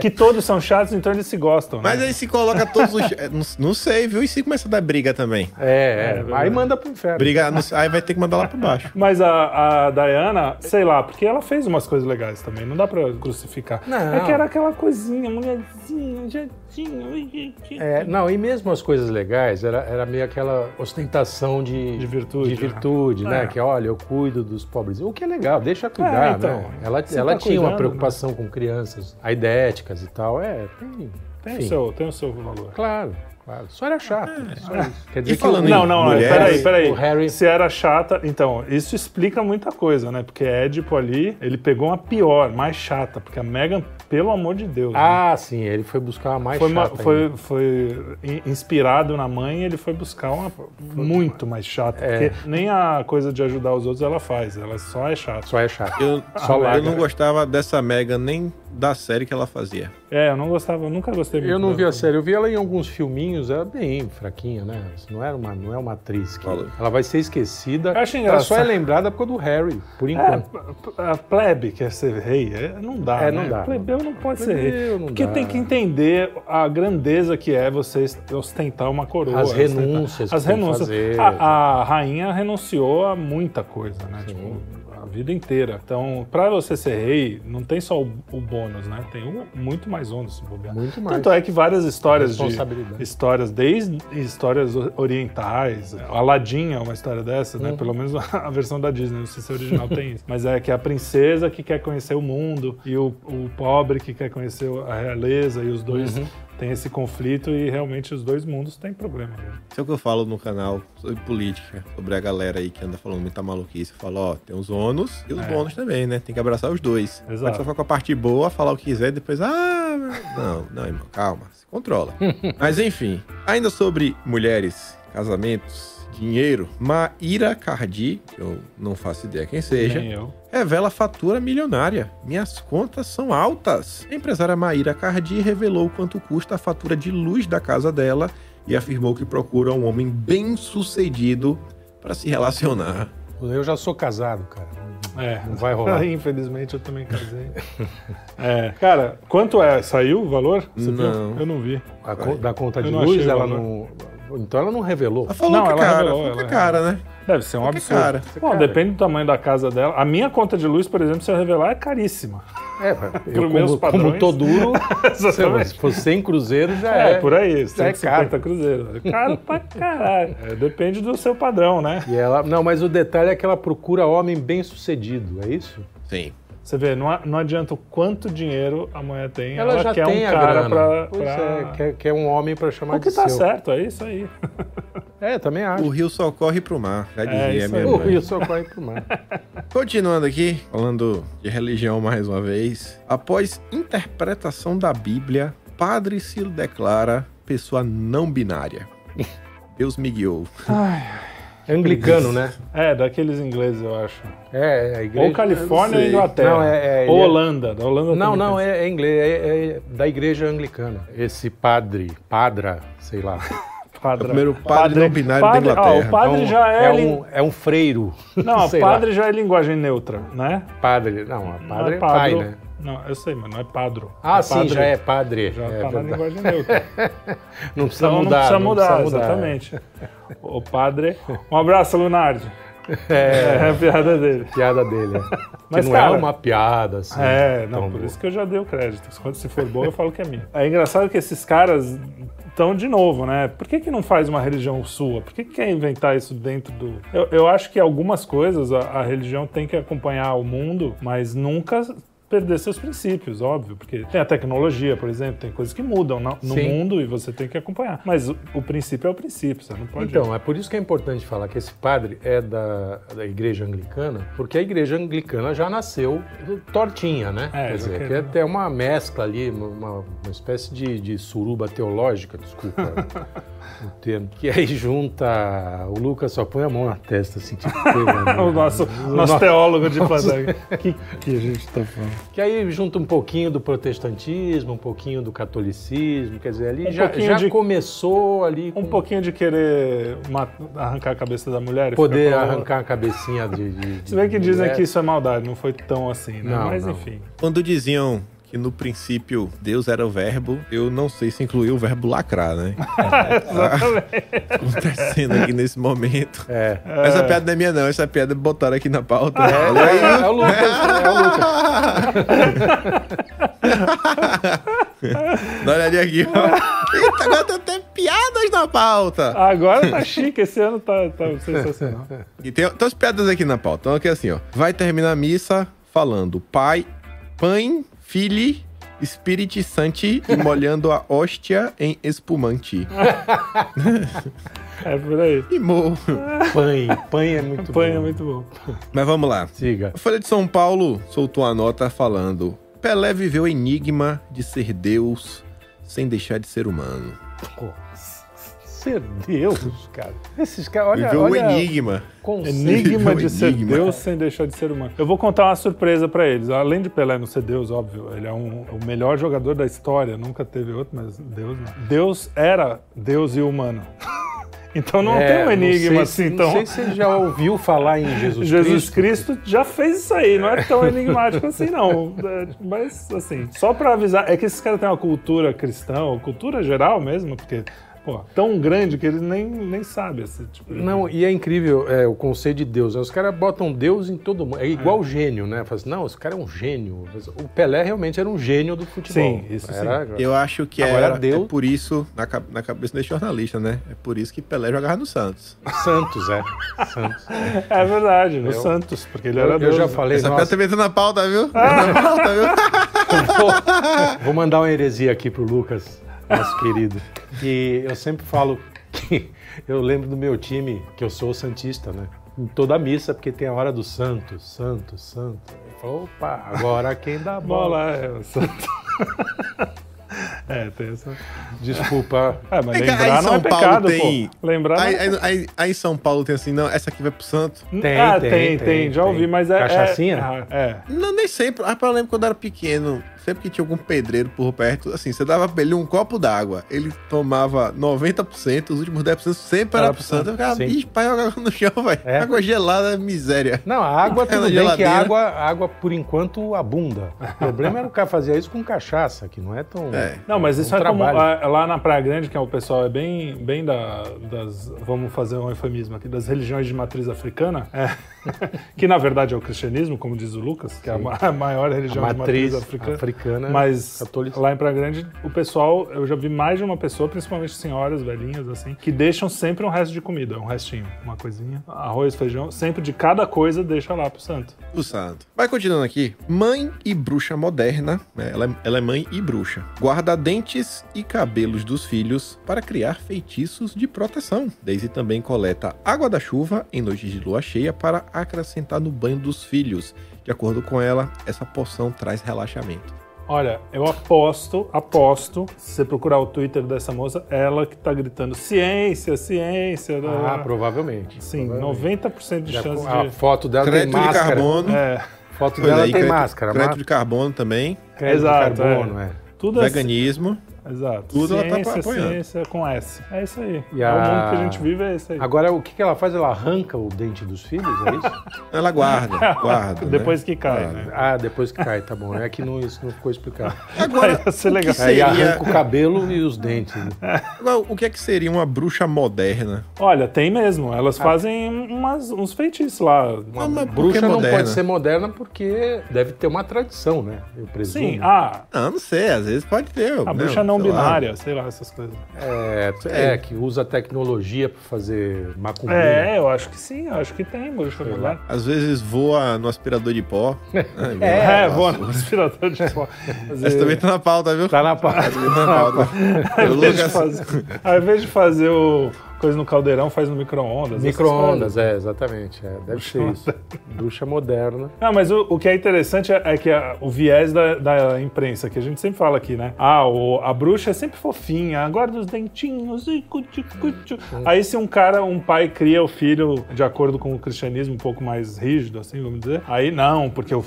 [SPEAKER 4] Que todos são chatos, então eles se gostam, né?
[SPEAKER 3] Mas aí se coloca todos os. é, não, não sei, viu? E se começa a dar briga também?
[SPEAKER 5] É, é.
[SPEAKER 4] verdade.
[SPEAKER 5] aí manda pro inferno.
[SPEAKER 3] Briga, não sei, aí vai ter que mandar lá pro baixo.
[SPEAKER 4] Mas a, a Diana, sei lá, porque ela fez umas coisas legais também, não dá pra crucificar.
[SPEAKER 5] Não.
[SPEAKER 4] É que era aquela coisinha, mulherzinha, jeitinho, jeitinho.
[SPEAKER 5] É, não, e mesmo as coisas legais, era, era meio aquela ostentação de,
[SPEAKER 4] De virtude,
[SPEAKER 5] de virtude, né?
[SPEAKER 4] É.
[SPEAKER 5] Que, olha, eu cuido dos pobres. O que é legal, deixa cuidar,
[SPEAKER 4] É, então,
[SPEAKER 5] né? Ela,
[SPEAKER 4] você
[SPEAKER 5] ela
[SPEAKER 4] tá
[SPEAKER 5] tinha
[SPEAKER 4] cuidando,
[SPEAKER 5] uma preocupação com crianças aidéticas e tal. É, tem...
[SPEAKER 4] Tem, o
[SPEAKER 5] enfim.
[SPEAKER 4] seu, tem o seu valor.
[SPEAKER 5] Claro, claro. Só era chato.
[SPEAKER 4] É.
[SPEAKER 5] só isso. Quer dizer
[SPEAKER 3] E falando
[SPEAKER 5] que...
[SPEAKER 3] em-
[SPEAKER 4] Não, não, não,
[SPEAKER 3] mulheres,
[SPEAKER 4] peraí, peraí.
[SPEAKER 5] o Harry-
[SPEAKER 4] Se era chata, então, isso explica muita coisa, né? Porque Édipo ali, ele pegou uma pior, mais chata, porque a Megan, pelo amor de Deus. né?
[SPEAKER 5] Ah, sim, ele foi buscar uma mais
[SPEAKER 4] Foi, uma-
[SPEAKER 5] chata ainda.
[SPEAKER 4] foi, foi in- inspirado na mãe, ele foi buscar uma muito mais chata.
[SPEAKER 5] É.
[SPEAKER 4] Porque nem a coisa de ajudar os outros ela faz, ela só é chata.
[SPEAKER 5] Só é chato.
[SPEAKER 3] Eu,
[SPEAKER 5] Só
[SPEAKER 3] eu
[SPEAKER 5] larga.
[SPEAKER 3] não gostava dessa Mega nem da série que ela fazia.
[SPEAKER 4] É, eu não gostava, eu nunca gostei muito.
[SPEAKER 5] Eu não vi assim.
[SPEAKER 4] dela.
[SPEAKER 5] a série, eu vi ela em alguns filminhos, era bem fraquinha, né? Isso Não, era uma, não é uma atriz que.
[SPEAKER 3] Falou.
[SPEAKER 5] Ela vai ser esquecida.
[SPEAKER 4] Eu acho
[SPEAKER 5] Ela só é
[SPEAKER 4] engraçado.
[SPEAKER 5] lembrada por causa do Harry, por
[SPEAKER 4] É,
[SPEAKER 5] enquanto.
[SPEAKER 4] p- a plebe quer ser rei, é, não dá.
[SPEAKER 5] É, não
[SPEAKER 4] né?
[SPEAKER 5] dá.
[SPEAKER 4] Plebeu não pode ser
[SPEAKER 5] Plebeu
[SPEAKER 4] rei.
[SPEAKER 5] não
[SPEAKER 4] Porque
[SPEAKER 5] dá.
[SPEAKER 4] tem que entender a grandeza que é você ostentar uma coroa.
[SPEAKER 5] As
[SPEAKER 4] ostentar-
[SPEAKER 5] renúncias que
[SPEAKER 4] tá- As
[SPEAKER 5] tem que
[SPEAKER 4] renúncias. Ah,
[SPEAKER 5] fazer.
[SPEAKER 4] A, a rainha renunciou a muita coisa, né? Tipo, a vida inteira. Então, pra você ser rei, não tem só o, o bônus, né? Tem um- muito mais ônus se bobear.
[SPEAKER 5] Muito mais.
[SPEAKER 4] Tanto é que várias histórias de
[SPEAKER 5] Responsabilidade.
[SPEAKER 4] Né? histórias, desde histórias o- orientais, Aladdin é uma história dessa, né? Pelo menos a versão da Disney, não sei se a original tem isso. Mas é que é a princesa que quer conhecer o mundo e o, o pobre que quer conhecer a realeza e os dois têm esse conflito e realmente os dois mundos têm problema. né?
[SPEAKER 3] Isso é o que eu falo no canal sobre política, sobre a galera aí que anda falando muita maluquice. Eu falo, ó, tem os ônus e os bônus também, né? Tem que abraçar os dois.
[SPEAKER 4] Exato.
[SPEAKER 3] Pode só ficar com a parte boa, falar o que quiser e depois, ah, não, não, irmão, calma, se controla. Mas enfim, ainda sobre mulheres, casamentos, dinheiro, Maíra Cardi, que eu não faço ideia quem seja,
[SPEAKER 4] Nem eu.
[SPEAKER 3] revela É fatura milionária. Minhas contas são altas. A empresária Maíra Cardi revelou quanto custa a fatura de luz da casa dela e afirmou que procura um homem bem-sucedido para se relacionar.
[SPEAKER 5] Eu já sou casado, cara.
[SPEAKER 4] É.
[SPEAKER 5] Não vai rolar.
[SPEAKER 4] Infelizmente eu também casei. É, cara, quanto é? Saiu o valor? Você viu?
[SPEAKER 3] Não.
[SPEAKER 4] Eu não vi.
[SPEAKER 5] A co- da conta de
[SPEAKER 4] Eu não
[SPEAKER 5] luz,
[SPEAKER 4] achei o
[SPEAKER 5] ela
[SPEAKER 4] valor.
[SPEAKER 5] não. Então ela não revelou.
[SPEAKER 3] Ela falou
[SPEAKER 4] Não,
[SPEAKER 3] que é
[SPEAKER 4] ela
[SPEAKER 3] cara,
[SPEAKER 4] revelou,
[SPEAKER 3] falou que é
[SPEAKER 4] ela
[SPEAKER 3] cara, né?
[SPEAKER 4] Deve ser um
[SPEAKER 3] Porque,
[SPEAKER 4] absurdo.
[SPEAKER 3] cara,
[SPEAKER 4] Bom,
[SPEAKER 5] cara.
[SPEAKER 4] depende do tamanho da casa dela. A minha conta de luz, por exemplo, se eu revelar, é caríssima.
[SPEAKER 5] É, eu,
[SPEAKER 4] meus
[SPEAKER 5] como,
[SPEAKER 4] padrões.
[SPEAKER 5] como tô duro, sei lá,
[SPEAKER 4] Exatamente.
[SPEAKER 5] se for 100 cruzeiros já
[SPEAKER 4] É,
[SPEAKER 5] é.
[SPEAKER 4] por aí,
[SPEAKER 5] Já é
[SPEAKER 4] 150
[SPEAKER 5] caro.
[SPEAKER 4] cruzeiros. É caro pra caralho. É, depende do seu padrão, né?
[SPEAKER 5] E ela. Não, mas o detalhe é que ela procura homem bem sucedido, é isso?
[SPEAKER 3] Sim.
[SPEAKER 4] Você vê, não, a- não adianta o quanto dinheiro a mulher tem. Ela,
[SPEAKER 5] já
[SPEAKER 4] quer
[SPEAKER 5] tem
[SPEAKER 4] um
[SPEAKER 5] a
[SPEAKER 4] cara
[SPEAKER 5] grana.
[SPEAKER 4] pra.
[SPEAKER 5] Pois
[SPEAKER 4] pra-
[SPEAKER 5] é, quer, quer um homem pra chamar
[SPEAKER 4] O que
[SPEAKER 5] de
[SPEAKER 4] tá
[SPEAKER 5] seu.
[SPEAKER 4] certo, é isso aí.
[SPEAKER 5] É, também acho.
[SPEAKER 3] O rio só corre pro mar, já dizia
[SPEAKER 4] É, isso
[SPEAKER 3] minha
[SPEAKER 4] aí.
[SPEAKER 5] O
[SPEAKER 3] mãe.
[SPEAKER 5] rio só corre pro mar.
[SPEAKER 3] Continuando aqui, falando de religião mais uma vez. Após interpretação da Bíblia, padre se declara pessoa não binária. Deus me guiou.
[SPEAKER 5] É anglicano, né?
[SPEAKER 4] É, daqueles ingleses, eu acho.
[SPEAKER 5] É, é a igreja.
[SPEAKER 4] Ou Califórnia ou
[SPEAKER 3] sei.
[SPEAKER 4] Inglaterra.
[SPEAKER 5] Não, é- é-
[SPEAKER 4] ou
[SPEAKER 5] ele é-
[SPEAKER 4] Holanda. Da Holanda
[SPEAKER 5] Não,
[SPEAKER 4] também
[SPEAKER 5] não,
[SPEAKER 4] tem.
[SPEAKER 5] é, é inglês, é, é da igreja anglicana. Esse padre, padra, sei lá.
[SPEAKER 4] Padre.
[SPEAKER 3] É o primeiro padre não binário da
[SPEAKER 4] padre- ah,
[SPEAKER 3] Inglaterra.
[SPEAKER 4] o padre
[SPEAKER 5] um-
[SPEAKER 4] já é.
[SPEAKER 5] é
[SPEAKER 4] lin-
[SPEAKER 5] um, é um freiro.
[SPEAKER 4] Não,
[SPEAKER 5] Sei
[SPEAKER 4] padre já é linguagem neutra, né?
[SPEAKER 5] lá. Padre, não, a
[SPEAKER 4] Não
[SPEAKER 5] padre é,
[SPEAKER 4] é
[SPEAKER 5] pai,
[SPEAKER 4] padro.
[SPEAKER 5] né?
[SPEAKER 4] Não, eu sei, mas não é padro.
[SPEAKER 5] Ah,
[SPEAKER 4] É
[SPEAKER 5] sim,
[SPEAKER 4] padre.
[SPEAKER 5] já é padre.
[SPEAKER 4] Já
[SPEAKER 5] é
[SPEAKER 4] tá na
[SPEAKER 5] verdade.
[SPEAKER 4] linguagem neutra.
[SPEAKER 5] não precisa
[SPEAKER 4] Então
[SPEAKER 5] mudar.
[SPEAKER 4] não precisa mudar, exatamente. O padre. Um abraço, Lunardi.
[SPEAKER 5] É,
[SPEAKER 4] É a piada dele.
[SPEAKER 5] piada dele. é.
[SPEAKER 4] Mas,
[SPEAKER 5] que não
[SPEAKER 4] cara,
[SPEAKER 5] é uma piada, assim.
[SPEAKER 4] É, não,
[SPEAKER 5] tão
[SPEAKER 4] por
[SPEAKER 5] boa.
[SPEAKER 4] isso que eu já dei o crédito. Quando se for bom, eu falo que é minha. É engraçado que esses caras estão de novo, né? Por que, que não faz uma religião sua? Por que, que quer inventar isso dentro do. Eu, eu acho que algumas coisas a, a religião tem que acompanhar o mundo, mas nunca perder seus princípios, óbvio, porque tem a tecnologia, por exemplo, tem coisas que mudam na- no,
[SPEAKER 5] Sim.
[SPEAKER 4] mundo e você tem que acompanhar. Mas o, o princípio é o princípio, você não pode.
[SPEAKER 5] Então, é por isso que é importante falar que esse padre é da, da igreja anglicana, porque a igreja anglicana já nasceu tortinha, né?
[SPEAKER 4] É,
[SPEAKER 5] Quer
[SPEAKER 4] já
[SPEAKER 5] dizer,
[SPEAKER 4] que-
[SPEAKER 5] que é até uma mescla ali, uma, uma espécie de, de suruba teológica, desculpa o termo. Que aí junta. O Lucas só põe a mão na testa, assim, tipo. pegando, né?
[SPEAKER 4] o nosso, nosso
[SPEAKER 5] nosso-
[SPEAKER 4] teólogo de plantão. O que, que a gente tá falando?
[SPEAKER 5] Que aí junta um pouquinho do protestantismo, um pouquinho do catolicismo, quer dizer, ali
[SPEAKER 4] Um
[SPEAKER 5] já,
[SPEAKER 4] pouquinho
[SPEAKER 5] já
[SPEAKER 4] de-
[SPEAKER 5] começou ali
[SPEAKER 4] Um
[SPEAKER 5] com
[SPEAKER 4] pouquinho de querer ma- arrancar a cabeça da mulher. e
[SPEAKER 5] poder
[SPEAKER 4] ficar com-
[SPEAKER 5] arrancar a cabecinha de... de, de
[SPEAKER 4] Se bem que dizem
[SPEAKER 5] mulher.
[SPEAKER 4] que isso é maldade, não foi tão assim, né?
[SPEAKER 5] Não,
[SPEAKER 4] Mas
[SPEAKER 5] não.
[SPEAKER 4] enfim.
[SPEAKER 3] Quando diziam que no princípio Deus era o verbo, eu não sei se incluiu o verbo lacrar, né? Acontecendo aqui nesse momento.
[SPEAKER 5] É.
[SPEAKER 3] Essa piada não é minha, não. Essa piada botaram aqui na pauta.
[SPEAKER 5] É, é o Lucas, é o Lucas.
[SPEAKER 3] Dá olha ali aqui, ó. Eita, agora tá até piadas na pauta.
[SPEAKER 4] Agora tá chique, esse ano tá, tá sensacional.
[SPEAKER 3] E tem, tem umas piadas aqui na pauta. Então aqui é assim, ó. Vai terminar a missa falando pai, pãe, filho, espírito santo e molhando a hóstia em espumante.
[SPEAKER 4] É por aí.
[SPEAKER 3] E mo.
[SPEAKER 5] Pãe, pãe é muito
[SPEAKER 4] Panha é
[SPEAKER 5] bom.
[SPEAKER 4] muito bom.
[SPEAKER 3] Mas vamos lá.
[SPEAKER 5] Siga.
[SPEAKER 3] A Folha de São Paulo soltou a nota falando: Pelé viveu o enigma de ser Deus sem deixar de ser humano.
[SPEAKER 5] Pô, Ser Deus, cara. é Esses caras, olha,
[SPEAKER 3] viveu o
[SPEAKER 5] olha
[SPEAKER 3] enigma.
[SPEAKER 5] conceito.
[SPEAKER 4] Enigma
[SPEAKER 3] É um
[SPEAKER 4] de ser
[SPEAKER 3] enigma.
[SPEAKER 4] Deus sem deixar de ser humano. Eu vou contar uma surpresa pra eles. Além de Pelé não ser Deus, óbvio, ele é um- o melhor jogador da história, nunca teve outro, mas Deus não. Deus era Deus e humano. Então não
[SPEAKER 5] É,
[SPEAKER 4] tem um enigma
[SPEAKER 5] sei,
[SPEAKER 4] assim
[SPEAKER 5] não
[SPEAKER 4] tão.
[SPEAKER 5] sei se você já ouviu falar em Jesus,
[SPEAKER 4] Jesus
[SPEAKER 5] Cristo.
[SPEAKER 4] Cristo já fez isso aí, não é tão enigmático assim, não. É, Mas, assim, só pra avisar, é que esses caras têm uma cultura cristã, ou cultura geral mesmo, porque, pô, tão grande que eles nem, nem sabem. Assim, tipo,
[SPEAKER 5] Não, e é incrível é, o conceito de Deus. né? Os caras botam Deus em todo mundo. É igual gênio, né? Fala assim, não, esse cara é um gênio. Mas O Pelé realmente era um gênio do futebol.
[SPEAKER 4] Sim, isso sim.
[SPEAKER 5] era,
[SPEAKER 3] Eu acho que
[SPEAKER 5] Agora
[SPEAKER 3] era,
[SPEAKER 5] deu.
[SPEAKER 3] é por isso, na, ca- na cabeça desse jornalista, né? É por isso que Pelé jogava no Santos.
[SPEAKER 5] Santos, é. Santos.
[SPEAKER 4] É verdade, no
[SPEAKER 5] Eu-
[SPEAKER 4] Santos, porque ele
[SPEAKER 5] Eu,
[SPEAKER 4] era
[SPEAKER 5] eu
[SPEAKER 4] Deus.
[SPEAKER 5] já
[SPEAKER 4] né?
[SPEAKER 5] falei,
[SPEAKER 3] Essa piada
[SPEAKER 5] nossa,
[SPEAKER 3] também tá na pauta, viu? Tá na pauta, viu?
[SPEAKER 5] vou, vou mandar uma heresia aqui pro Lucas, nosso querido. E eu sempre falo que eu lembro do meu time, que eu sou santista, né? Em toda a missa, porque tem a hora do santo, santo, santo. Eu falo, opa, agora quem dá a bola?
[SPEAKER 4] Bola, é, o Santos. é, tem essa.
[SPEAKER 5] Desculpa.
[SPEAKER 4] É, mas
[SPEAKER 3] Vem cá, aí
[SPEAKER 4] lembrar
[SPEAKER 3] em
[SPEAKER 4] não é
[SPEAKER 3] São Paulo
[SPEAKER 4] pecado,
[SPEAKER 3] tem-
[SPEAKER 4] pô. Lembrar não é
[SPEAKER 3] Aí, aí- aí- aí em São Paulo tem assim, não, essa aqui vai pro Santos.
[SPEAKER 5] Tem,
[SPEAKER 4] ah,
[SPEAKER 5] tem,
[SPEAKER 4] tem,
[SPEAKER 5] tem,
[SPEAKER 4] tem, já
[SPEAKER 5] tem.
[SPEAKER 4] ouvi, mas é. é-
[SPEAKER 5] Cachaçinha?
[SPEAKER 4] Ah, É.
[SPEAKER 3] Não, nem sempre. Ah, eu lembro quando eu era pequeno, sempre que tinha algum pedreiro por perto, assim, você dava pra ele um copo d'água, ele tomava 90%, os últimos 10% sempre era
[SPEAKER 5] Era
[SPEAKER 3] pro
[SPEAKER 5] pro
[SPEAKER 3] Santos. Eu ficava,
[SPEAKER 5] sim.
[SPEAKER 3] bicho, pai, jogava no chão, velho.
[SPEAKER 5] É.
[SPEAKER 3] Água gelada, miséria.
[SPEAKER 5] Não, a água,
[SPEAKER 3] Na
[SPEAKER 5] tudo bem que
[SPEAKER 3] geladeira.
[SPEAKER 5] a água, a água, por enquanto, abunda. O problema era o cara fazer isso com cachaça, que não é tão...
[SPEAKER 3] É.
[SPEAKER 4] Não, mas isso
[SPEAKER 5] um
[SPEAKER 4] é como
[SPEAKER 5] trabalho.
[SPEAKER 4] ah, lá na Praia Grande, que é o pessoal é bem, bem da, das. Vamos fazer um eufemismo aqui, das religiões de matriz africana, é, que na verdade é o cristianismo, como diz o Lucas, que é a, ma- a maior
[SPEAKER 5] A
[SPEAKER 4] religião
[SPEAKER 5] matriz
[SPEAKER 4] de matriz africana.
[SPEAKER 5] africana,
[SPEAKER 4] Mas
[SPEAKER 5] católica.
[SPEAKER 4] lá em Praia Grande, o pessoal, eu já vi mais de uma pessoa, principalmente senhoras, velhinhas, assim, que deixam sempre um resto de comida, um restinho, uma coisinha, arroz, feijão, sempre de cada coisa deixa lá pro santo.
[SPEAKER 3] O santo. Vai continuando aqui. Mãe e bruxa moderna, né, ela, é- ela é mãe e bruxa, guarda dentes e cabelos dos filhos para criar feitiços de proteção. Daisy também coleta água da chuva em noites de lua cheia para acrescentar no banho dos filhos. De acordo com ela, essa poção traz relaxamento.
[SPEAKER 4] Olha, eu aposto, aposto, se você procurar o Twitter dessa moça, ela que tá gritando ciência, ciência.
[SPEAKER 5] Ah,
[SPEAKER 4] né?
[SPEAKER 5] provavelmente.
[SPEAKER 4] Sim,
[SPEAKER 5] provavelmente.
[SPEAKER 4] 90% de
[SPEAKER 5] Já
[SPEAKER 4] chance
[SPEAKER 5] com- A
[SPEAKER 4] de.
[SPEAKER 5] foto dela
[SPEAKER 3] Crédito
[SPEAKER 5] tem
[SPEAKER 3] de
[SPEAKER 5] máscara.
[SPEAKER 3] carbono.
[SPEAKER 4] É,
[SPEAKER 5] Foto
[SPEAKER 3] Olha
[SPEAKER 5] dela
[SPEAKER 3] aí,
[SPEAKER 5] tem máscara.
[SPEAKER 3] Crédito
[SPEAKER 5] mas-
[SPEAKER 3] de carbono também,
[SPEAKER 5] crédito de
[SPEAKER 4] Exato,
[SPEAKER 5] carbono,
[SPEAKER 4] é.
[SPEAKER 5] é.
[SPEAKER 4] tudo é.
[SPEAKER 3] veganismo.
[SPEAKER 4] Exato.
[SPEAKER 3] tudo ela tá
[SPEAKER 4] ciência,
[SPEAKER 3] apoiando.
[SPEAKER 4] ciência com S. É isso aí.
[SPEAKER 5] E
[SPEAKER 4] É o
[SPEAKER 5] a-
[SPEAKER 4] mundo que a gente vive, é isso aí.
[SPEAKER 5] Agora, o que, que ela faz? Ela arranca o dente dos filhos, é isso?
[SPEAKER 3] Ela guarda, guarda.
[SPEAKER 4] Depois
[SPEAKER 3] né?
[SPEAKER 4] que cai,
[SPEAKER 3] Guarda.
[SPEAKER 4] né?
[SPEAKER 5] ah, depois que cai, tá bom. É que não, isso não ficou explicado.
[SPEAKER 3] Agora,
[SPEAKER 4] Vai
[SPEAKER 3] o
[SPEAKER 4] ser
[SPEAKER 3] que
[SPEAKER 4] legal. É,
[SPEAKER 5] Aí
[SPEAKER 3] seria-
[SPEAKER 5] arranca o cabelo e os dentes.
[SPEAKER 3] agora, o que é que seria uma bruxa moderna?
[SPEAKER 4] Olha, tem mesmo. Elas fazem umas- uns feitiços lá.
[SPEAKER 3] Não, mas por que
[SPEAKER 5] Bruxa não
[SPEAKER 3] moderna?
[SPEAKER 5] pode ser moderna porque deve ter uma tradição, né? Eu presumo.
[SPEAKER 4] Sim, ah,
[SPEAKER 3] Ah, não sei, às vezes pode ter. né?
[SPEAKER 4] a bruxa não binária, sei lá, essas coisas.
[SPEAKER 5] É, é, que usa tecnologia pra fazer macumbinha.
[SPEAKER 4] É, eu acho que sim, eu acho que tem bruxa binária.
[SPEAKER 3] Às vezes voa no aspirador de pó. né?
[SPEAKER 4] É, vou no aspirador de pó. Mas,
[SPEAKER 3] Essa
[SPEAKER 4] eh,
[SPEAKER 3] também tá na pauta, viu?
[SPEAKER 5] Tá na parte.
[SPEAKER 3] Tá na pauta.
[SPEAKER 4] ao
[SPEAKER 3] O
[SPEAKER 4] invés de
[SPEAKER 3] Lucas-
[SPEAKER 4] fazer- Ao invés de fazer o. coisa no caldeirão, faz no micro-ondas. essas
[SPEAKER 5] Micro-ondas,
[SPEAKER 4] coisas.
[SPEAKER 5] é, exatamente. é, deve ser isso. Ducha moderna.
[SPEAKER 4] Não, mas o, o que é interessante é, é que a- o viés da, da imprensa, que a gente sempre fala aqui, né? Ah, o- a bruxa é sempre fofinha, guarda os dentinhos e cutiu, cutiu. Aí se um cara, um pai cria o filho de acordo com o cristianismo um pouco mais rígido, assim, vamos dizer, aí não, porque o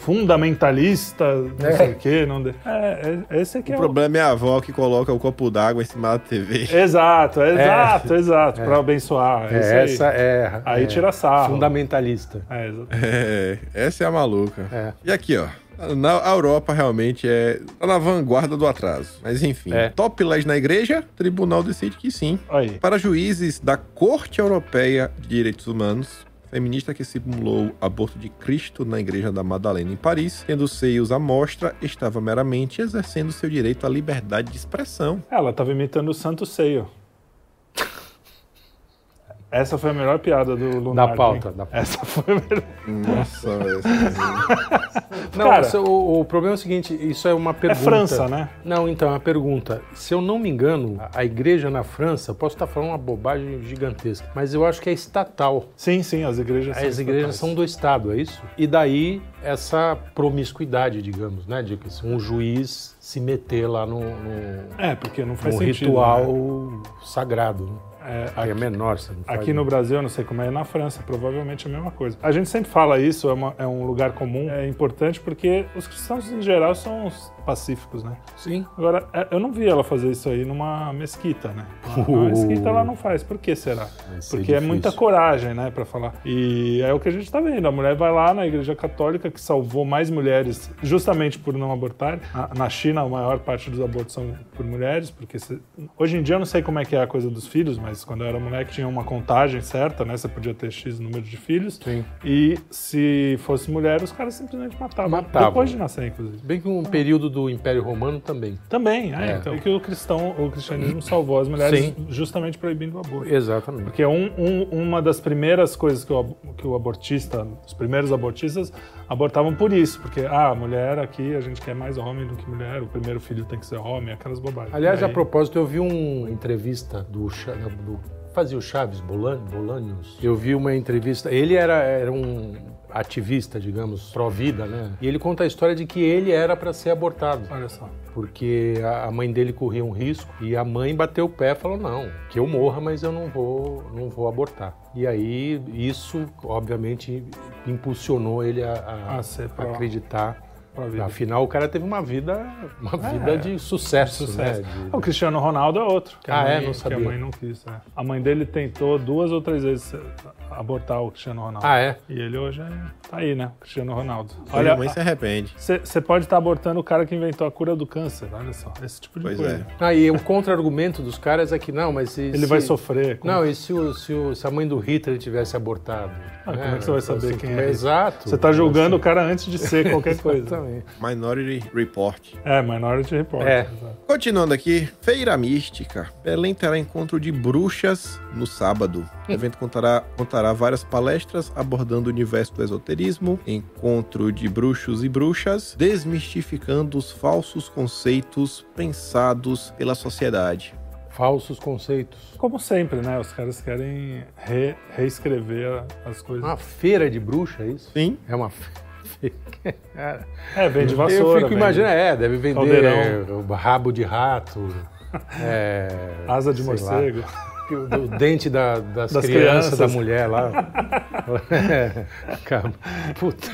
[SPEAKER 4] fundamentalista, não sei o quê, não... de- É, é- esse aqui
[SPEAKER 3] O
[SPEAKER 4] é o...
[SPEAKER 3] problema é a avó que coloca o copo d'água em cima da TV.
[SPEAKER 4] Exato, exato, exato, pra abençoar.
[SPEAKER 5] É,
[SPEAKER 4] isso aí.
[SPEAKER 5] essa é.
[SPEAKER 4] Aí
[SPEAKER 5] é,
[SPEAKER 4] tira sarro.
[SPEAKER 5] Fundamentalista.
[SPEAKER 4] É, exato.
[SPEAKER 3] É, essa é a maluca.
[SPEAKER 5] É.
[SPEAKER 3] E aqui, ó. Na, a Europa realmente é tá na vanguarda do atraso. Mas enfim,
[SPEAKER 5] É.
[SPEAKER 3] top leis na igreja, tribunal decide que sim.
[SPEAKER 4] Aí.
[SPEAKER 3] Para juízes da Corte Europeia de Direitos Humanos, feminista que simulou o aborto de Cristo na Igreja da Madalena em Paris, tendo seios à mostra, estava meramente exercendo seu direito à liberdade de expressão.
[SPEAKER 4] Ela tava imitando o Santo Seio. Essa foi a melhor piada do Lunar.
[SPEAKER 5] Da pauta,
[SPEAKER 4] hein?
[SPEAKER 5] da pauta.
[SPEAKER 4] Essa foi a melhor.
[SPEAKER 3] Nossa,
[SPEAKER 5] Não,
[SPEAKER 4] Cara.
[SPEAKER 5] isso- o, o problema é o seguinte: isso é uma
[SPEAKER 4] É
[SPEAKER 5] pergunta.
[SPEAKER 4] França, né?
[SPEAKER 5] Não, então, a pergunta. Se eu não me engano, a- a igreja na França, posso estar falando uma bobagem gigantesca, mas eu acho que é estatal.
[SPEAKER 4] Sim, sim, as igrejas
[SPEAKER 5] As igrejas são
[SPEAKER 4] estatais.
[SPEAKER 5] do Estado, é isso? E daí essa promiscuidade, digamos, né? De que se um juiz se meter lá no, no-
[SPEAKER 4] É, porque não
[SPEAKER 5] no
[SPEAKER 4] faz sentido.
[SPEAKER 5] ritual
[SPEAKER 4] né?
[SPEAKER 5] sagrado. Né?
[SPEAKER 4] É,
[SPEAKER 5] Aí é menor, você não faz
[SPEAKER 4] Aqui no Brasil, eu não sei como é, na França, provavelmente é a mesma coisa. A gente sempre fala isso, é, uma- é um lugar comum, é importante porque os cristãos em geral são os pacíficos, né?
[SPEAKER 5] Sim.
[SPEAKER 4] Agora, é, eu não vi ela fazer isso aí numa mesquita, né? Uma
[SPEAKER 5] Uh.
[SPEAKER 4] mesquita ela não faz, por que será?
[SPEAKER 5] ser
[SPEAKER 4] Porque é
[SPEAKER 5] difícil.
[SPEAKER 4] muita coragem, né, pra falar. E é o que a gente tá vendo, a mulher vai lá na igreja católica que salvou mais mulheres justamente por não abortar. Na- Na China, a maior parte dos abortos são por mulheres, porque se- hoje em dia eu não sei como é que é a coisa dos filhos, mas quando eu era moleque tinha uma contagem certa, né, você podia ter X número de filhos.
[SPEAKER 5] Sim.
[SPEAKER 4] E se fosse mulher, os caras simplesmente matavam.
[SPEAKER 5] Matavam.
[SPEAKER 4] Depois de nascer, inclusive.
[SPEAKER 5] Bem que um período do Império Romano também.
[SPEAKER 4] Também, é,
[SPEAKER 5] É.
[SPEAKER 4] então. É que o cristão, o cristianismo salvou as mulheres
[SPEAKER 5] Sim.
[SPEAKER 4] justamente proibindo o aborto.
[SPEAKER 5] Exatamente.
[SPEAKER 4] Porque um- um- uma das primeiras coisas que o, ab- que o abortista, os primeiros abortistas, abortavam por isso. Porque, ah, mulher aqui, a gente quer mais homem do que mulher, o primeiro filho tem que ser homem, aquelas bobagens.
[SPEAKER 5] Aliás,
[SPEAKER 4] E
[SPEAKER 5] a
[SPEAKER 4] aí-
[SPEAKER 5] propósito, eu vi um- uma entrevista do, Cha- do- fazia o Chaves Bolan- Bolanios. Eu vi uma entrevista. Ele era, era um ativista, digamos, pró-vida, né? E ele conta a história de que ele era para ser abortado,
[SPEAKER 4] Olha só.
[SPEAKER 5] porque a, a mãe dele corria um risco e a mãe bateu o pé e falou não, que eu morra, mas eu não vou, não vou abortar. E aí isso, obviamente, impulsionou ele a, a-
[SPEAKER 4] A ser pró-
[SPEAKER 5] acreditar.
[SPEAKER 4] pró vida.
[SPEAKER 5] Afinal, o cara teve uma vida, uma vida de sucesso,
[SPEAKER 4] É, Sucesso.
[SPEAKER 5] né? De-
[SPEAKER 4] O Cristiano Ronaldo é outro. que a
[SPEAKER 5] Ah,
[SPEAKER 4] mãe-
[SPEAKER 5] é? Não sabia.
[SPEAKER 4] Que a mãe não quis. é. A mãe dele tentou duas ou três vezes eh, abortar o Cristiano Ronaldo.
[SPEAKER 5] Ah, é?
[SPEAKER 4] E ele hoje é- tá aí, né? Cristiano Ronaldo.
[SPEAKER 3] Olha, a
[SPEAKER 4] Olha,
[SPEAKER 3] mãe se arrepende.
[SPEAKER 4] Você pode estar abortando o cara que inventou a cura do câncer, olha só. Esse tipo de
[SPEAKER 3] Pois
[SPEAKER 4] coisa.
[SPEAKER 5] Ah, e o contra-argumento dos caras é que não, mas se,
[SPEAKER 4] Ele vai sofrer. com-
[SPEAKER 5] Não, e se, o- se o- se a mãe do Hitler tivesse abortado? Né? Assim,
[SPEAKER 4] como é que você vai saber quem é?
[SPEAKER 5] Exato.
[SPEAKER 4] Você tá julgando o cara antes de ser qualquer coisa.
[SPEAKER 5] Exatamente.
[SPEAKER 3] Minority Report.
[SPEAKER 4] É, Minority Report.
[SPEAKER 5] É.
[SPEAKER 4] exato.
[SPEAKER 3] Continuando aqui, Feira Mística. Belém terá encontro de bruxas no sábado. O evento contará, contará várias palestras abordando o universo do esoterismo, encontro de bruxos e bruxas, desmistificando os falsos conceitos pensados pela sociedade.
[SPEAKER 5] Falsos conceitos.
[SPEAKER 4] Como sempre, né? Os caras querem re- reescrever a- as coisas.
[SPEAKER 5] Uma feira de bruxa, é isso?
[SPEAKER 3] Sim.
[SPEAKER 5] É uma feira. Cara,
[SPEAKER 4] é, vende
[SPEAKER 5] eu
[SPEAKER 4] vassoura.
[SPEAKER 5] fico
[SPEAKER 4] vende
[SPEAKER 5] imaginando, é, deve vender
[SPEAKER 4] Caldeirão.
[SPEAKER 5] é, rabo de rato, é,
[SPEAKER 4] Asa de
[SPEAKER 5] sei
[SPEAKER 4] morcego.
[SPEAKER 5] lá, o, o dente da- das,
[SPEAKER 4] Das
[SPEAKER 5] crianças,
[SPEAKER 4] crianças.
[SPEAKER 5] da mulher lá. É, cara, Puta,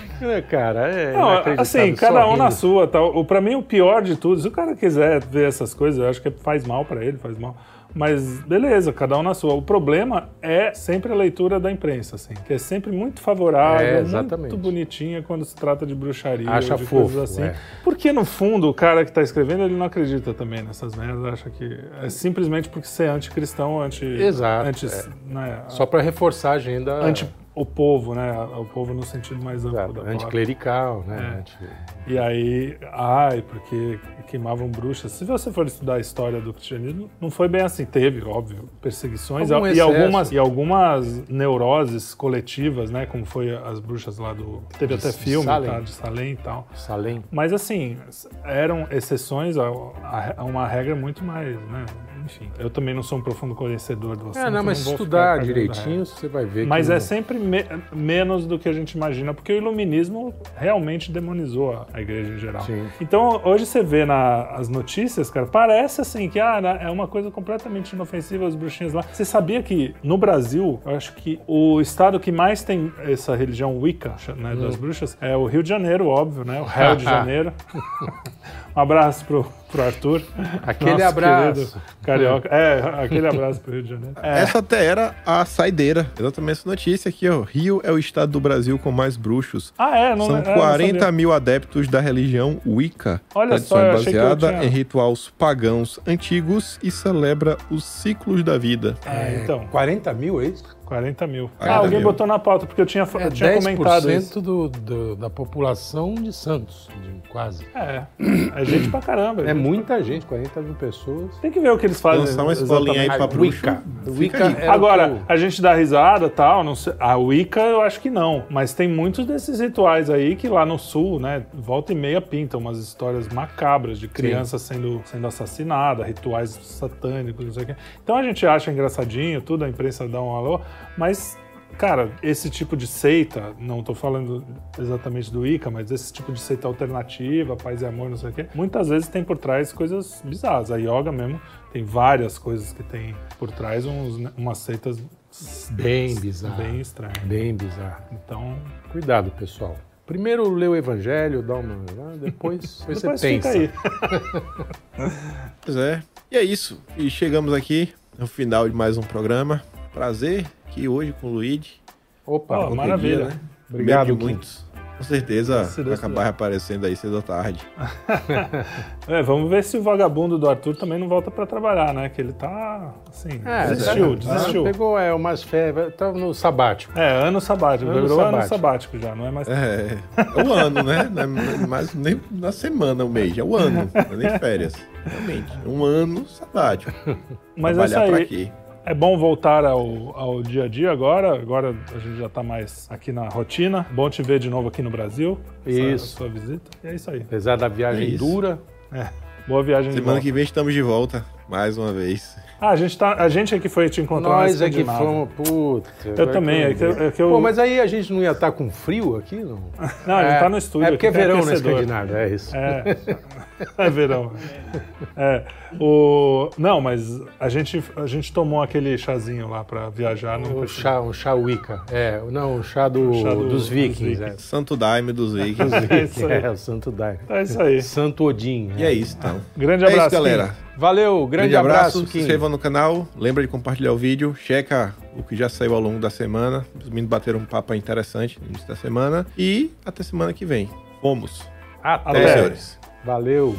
[SPEAKER 5] cara, é
[SPEAKER 4] Não,
[SPEAKER 5] inacreditável,
[SPEAKER 4] assim,
[SPEAKER 5] só
[SPEAKER 4] cada um
[SPEAKER 5] rindo.
[SPEAKER 4] na sua. Tá? O, pra mim, o pior de tudo, se o cara quiser ver essas coisas, eu acho que é, faz mal pra ele, faz mal. Mas beleza, cada um na sua. O problema é sempre a leitura da imprensa, assim, que é sempre muito favorável,
[SPEAKER 5] É, exatamente.
[SPEAKER 4] muito bonitinha quando se trata de bruxaria,
[SPEAKER 5] Acha
[SPEAKER 4] de
[SPEAKER 5] fofo,
[SPEAKER 4] coisas assim.
[SPEAKER 5] é.
[SPEAKER 4] Porque no fundo o cara que tá escrevendo, ele não acredita também nessas merdas, acha que é simplesmente porque você é anticristão, anti
[SPEAKER 5] Exato,
[SPEAKER 4] anti, né,
[SPEAKER 5] Só para reforçar a agenda
[SPEAKER 4] anti o povo, né? O povo no sentido mais amplo da palavra.
[SPEAKER 5] Anticlerical, né?
[SPEAKER 4] É.
[SPEAKER 5] Anti-
[SPEAKER 4] E aí, ai, porque queimavam bruxas. Se você for estudar a história do cristianismo, não foi bem assim. Teve, óbvio, perseguições
[SPEAKER 5] Algum
[SPEAKER 4] e,
[SPEAKER 5] excesso.
[SPEAKER 4] algumas, e algumas neuroses coletivas, né? Como foi as bruxas lá do. Teve até
[SPEAKER 5] De
[SPEAKER 4] filme,
[SPEAKER 5] Salem.
[SPEAKER 4] tá? De Salem e tal.
[SPEAKER 5] Salem.
[SPEAKER 4] Mas assim, eram exceções a, a- a uma regra muito mais, né? Enfim, eu também não sou um profundo conhecedor do assunto.
[SPEAKER 5] É, não, mas se
[SPEAKER 4] vou ficar
[SPEAKER 5] estudar
[SPEAKER 4] cagando regra.
[SPEAKER 5] direitinho, você vai ver
[SPEAKER 4] Mas
[SPEAKER 5] que
[SPEAKER 4] é
[SPEAKER 5] não-
[SPEAKER 4] sempre me- menos do que a gente imagina, porque o iluminismo realmente demonizou a, a igreja em geral.
[SPEAKER 5] Sim.
[SPEAKER 4] Então, hoje você vê na- as notícias, cara, parece assim que ah, né, é uma coisa completamente inofensiva, as bruxinhas lá. Você sabia que no Brasil, eu acho que o estado que mais tem essa religião Wicca, né,
[SPEAKER 5] Hum.
[SPEAKER 4] das bruxas, é o Rio de Janeiro, óbvio, né? O Rio de Janeiro. um abraço pro, pro Arthur.
[SPEAKER 5] Aquele
[SPEAKER 4] nosso
[SPEAKER 5] abraço.
[SPEAKER 4] querido Carioca. É, aquele abraço pro Rio de Janeiro. É.
[SPEAKER 3] Essa até era a saideira. Exatamente essa notícia aqui, ó. Rio é o estado do Brasil com mais bruxos.
[SPEAKER 4] Ah, é, não
[SPEAKER 3] São
[SPEAKER 4] é, não
[SPEAKER 3] 40
[SPEAKER 4] sabia.
[SPEAKER 3] mil adeptos da religião Wicca.
[SPEAKER 4] Olha
[SPEAKER 3] tradição
[SPEAKER 4] só,
[SPEAKER 3] é
[SPEAKER 4] eu achei que eu
[SPEAKER 3] baseada
[SPEAKER 4] tinha-
[SPEAKER 3] em rituais pagãos antigos e celebra os ciclos da vida.
[SPEAKER 4] É, então.
[SPEAKER 5] 40 mil, é isso?
[SPEAKER 4] 40 mil.
[SPEAKER 3] 40
[SPEAKER 4] ah, alguém
[SPEAKER 3] mil.
[SPEAKER 4] botou na pauta, porque eu tinha,
[SPEAKER 5] É
[SPEAKER 4] eu tinha comentado isso.
[SPEAKER 5] 10% do, do- da população de Santos, de- quase.
[SPEAKER 4] É, é gente pra caramba.
[SPEAKER 5] É
[SPEAKER 4] gente.
[SPEAKER 5] muita gente, 40 mil pessoas.
[SPEAKER 4] Tem que ver o que eles fazem.
[SPEAKER 3] Lançar uma escolinha aí
[SPEAKER 4] exatamente.
[SPEAKER 3] pra bruxo.
[SPEAKER 5] Wicca.
[SPEAKER 3] Fica
[SPEAKER 5] Wicca
[SPEAKER 3] aí.
[SPEAKER 5] é- Era o
[SPEAKER 4] Agora,
[SPEAKER 5] que eu-
[SPEAKER 4] a gente dá risada tal, não sei- a Wicca eu acho que não, mas tem muitos desses rituais aí que lá no sul, né, volta e meia pintam umas histórias macabras de criança sendo, sendo assassinada, rituais satânicos, não sei o quê. Então a gente acha engraçadinho, tudo, a imprensa dá um alô, mas... Cara, esse tipo de seita, não tô falando exatamente do Ica, mas esse tipo de seita alternativa, paz e amor, não sei o quê, muitas vezes tem por trás coisas bizarras. A yoga mesmo tem várias coisas que tem por trás, uns, né, umas seitas
[SPEAKER 5] Bem bizarro.
[SPEAKER 4] bem estranhas.
[SPEAKER 5] Bem bizarro.
[SPEAKER 4] Então,
[SPEAKER 5] Cuidado, pessoal. Primeiro lê o evangelho, dá uma. né? Depois, depois você
[SPEAKER 4] depois
[SPEAKER 5] pensa.
[SPEAKER 4] fica aí.
[SPEAKER 3] Pois é. E é isso. E chegamos aqui no final de mais um programa. Prazer que hoje com o Luigi.
[SPEAKER 5] Opa,
[SPEAKER 4] Ó,
[SPEAKER 5] qualquer
[SPEAKER 4] maravilha.
[SPEAKER 5] dia, né?
[SPEAKER 3] Obrigado,
[SPEAKER 5] Obrigado,
[SPEAKER 3] de
[SPEAKER 5] Kim.
[SPEAKER 3] muitos. Com certeza
[SPEAKER 4] Se
[SPEAKER 3] vai
[SPEAKER 4] Deus
[SPEAKER 3] acabar
[SPEAKER 4] quiser.
[SPEAKER 3] aparecendo aí cedo ou tarde.
[SPEAKER 4] É, vamos ver se o vagabundo do Arthur também não volta pra trabalhar, né? Que ele tá, assim,
[SPEAKER 5] É,
[SPEAKER 4] desistiu,
[SPEAKER 5] tá-
[SPEAKER 4] desistiu.
[SPEAKER 5] Pegou é, umas férias, tava no sabático.
[SPEAKER 4] É, ano sabático,
[SPEAKER 5] Ano
[SPEAKER 4] virou ano
[SPEAKER 5] sabático.
[SPEAKER 4] sabático já, não é mais...
[SPEAKER 3] É, é o ano, né? Não é mais nem na semana, o mês. É o ano. Não é nem férias. Realmente. É Um ano sabático.
[SPEAKER 4] Mas essa
[SPEAKER 3] Trabalhar pra
[SPEAKER 4] aí,
[SPEAKER 3] quê?
[SPEAKER 4] É bom voltar ao, ao dia a dia agora. Agora a gente já tá mais aqui na rotina. Bom te ver de novo aqui no Brasil. Essa- é
[SPEAKER 5] Isso.
[SPEAKER 4] sua visita. E é isso aí.
[SPEAKER 5] Apesar da viagem
[SPEAKER 3] É isso.
[SPEAKER 5] dura.
[SPEAKER 4] É. Boa viagem de
[SPEAKER 3] Semana
[SPEAKER 4] volta.
[SPEAKER 3] que vem estamos de volta. Mais uma vez.
[SPEAKER 4] Ah, a gente, tá, a gente é que foi te encontrar na
[SPEAKER 5] Nós é que
[SPEAKER 4] Escandinávia.
[SPEAKER 5] fomos, puta.
[SPEAKER 4] Eu também, é que eu- é que eu-
[SPEAKER 5] Pô, mas aí a gente não ia estar com frio aqui, não?
[SPEAKER 4] Não, a gente tá no estúdio.
[SPEAKER 5] É porque é
[SPEAKER 4] aqui tem
[SPEAKER 5] verão na
[SPEAKER 4] aquecedor.
[SPEAKER 5] Escandinávia, é isso.
[SPEAKER 4] É verão. É. O... Não, mas a gente, a gente tomou aquele chazinho lá pra viajar. Não
[SPEAKER 5] Um
[SPEAKER 4] percebi.
[SPEAKER 5] chá, um chá Wicca. É, não, um chá, do,
[SPEAKER 4] chá do-
[SPEAKER 5] dos
[SPEAKER 4] dos
[SPEAKER 5] vikings.
[SPEAKER 4] vikings.
[SPEAKER 3] Santo Daime dos Vikings.
[SPEAKER 5] É,
[SPEAKER 4] É isso aí.
[SPEAKER 5] é, o Santo Dai.
[SPEAKER 4] É isso aí.
[SPEAKER 5] Santo Odin.
[SPEAKER 3] E é isso, então.
[SPEAKER 4] Grande
[SPEAKER 3] É
[SPEAKER 4] abraço.
[SPEAKER 3] isso, galera.
[SPEAKER 4] Kim.
[SPEAKER 5] Valeu, grande,
[SPEAKER 3] Grande abraço,
[SPEAKER 5] abraço,
[SPEAKER 3] se
[SPEAKER 5] Kim.
[SPEAKER 3] inscrevam no canal, lembra de compartilhar o vídeo, checa o que já saiu ao longo da semana. Os meninos bateram um papo interessante no início da semana. E até semana que vem. Vamos.
[SPEAKER 5] Até.
[SPEAKER 3] Até,
[SPEAKER 4] Até.
[SPEAKER 3] senhores.
[SPEAKER 5] Valeu.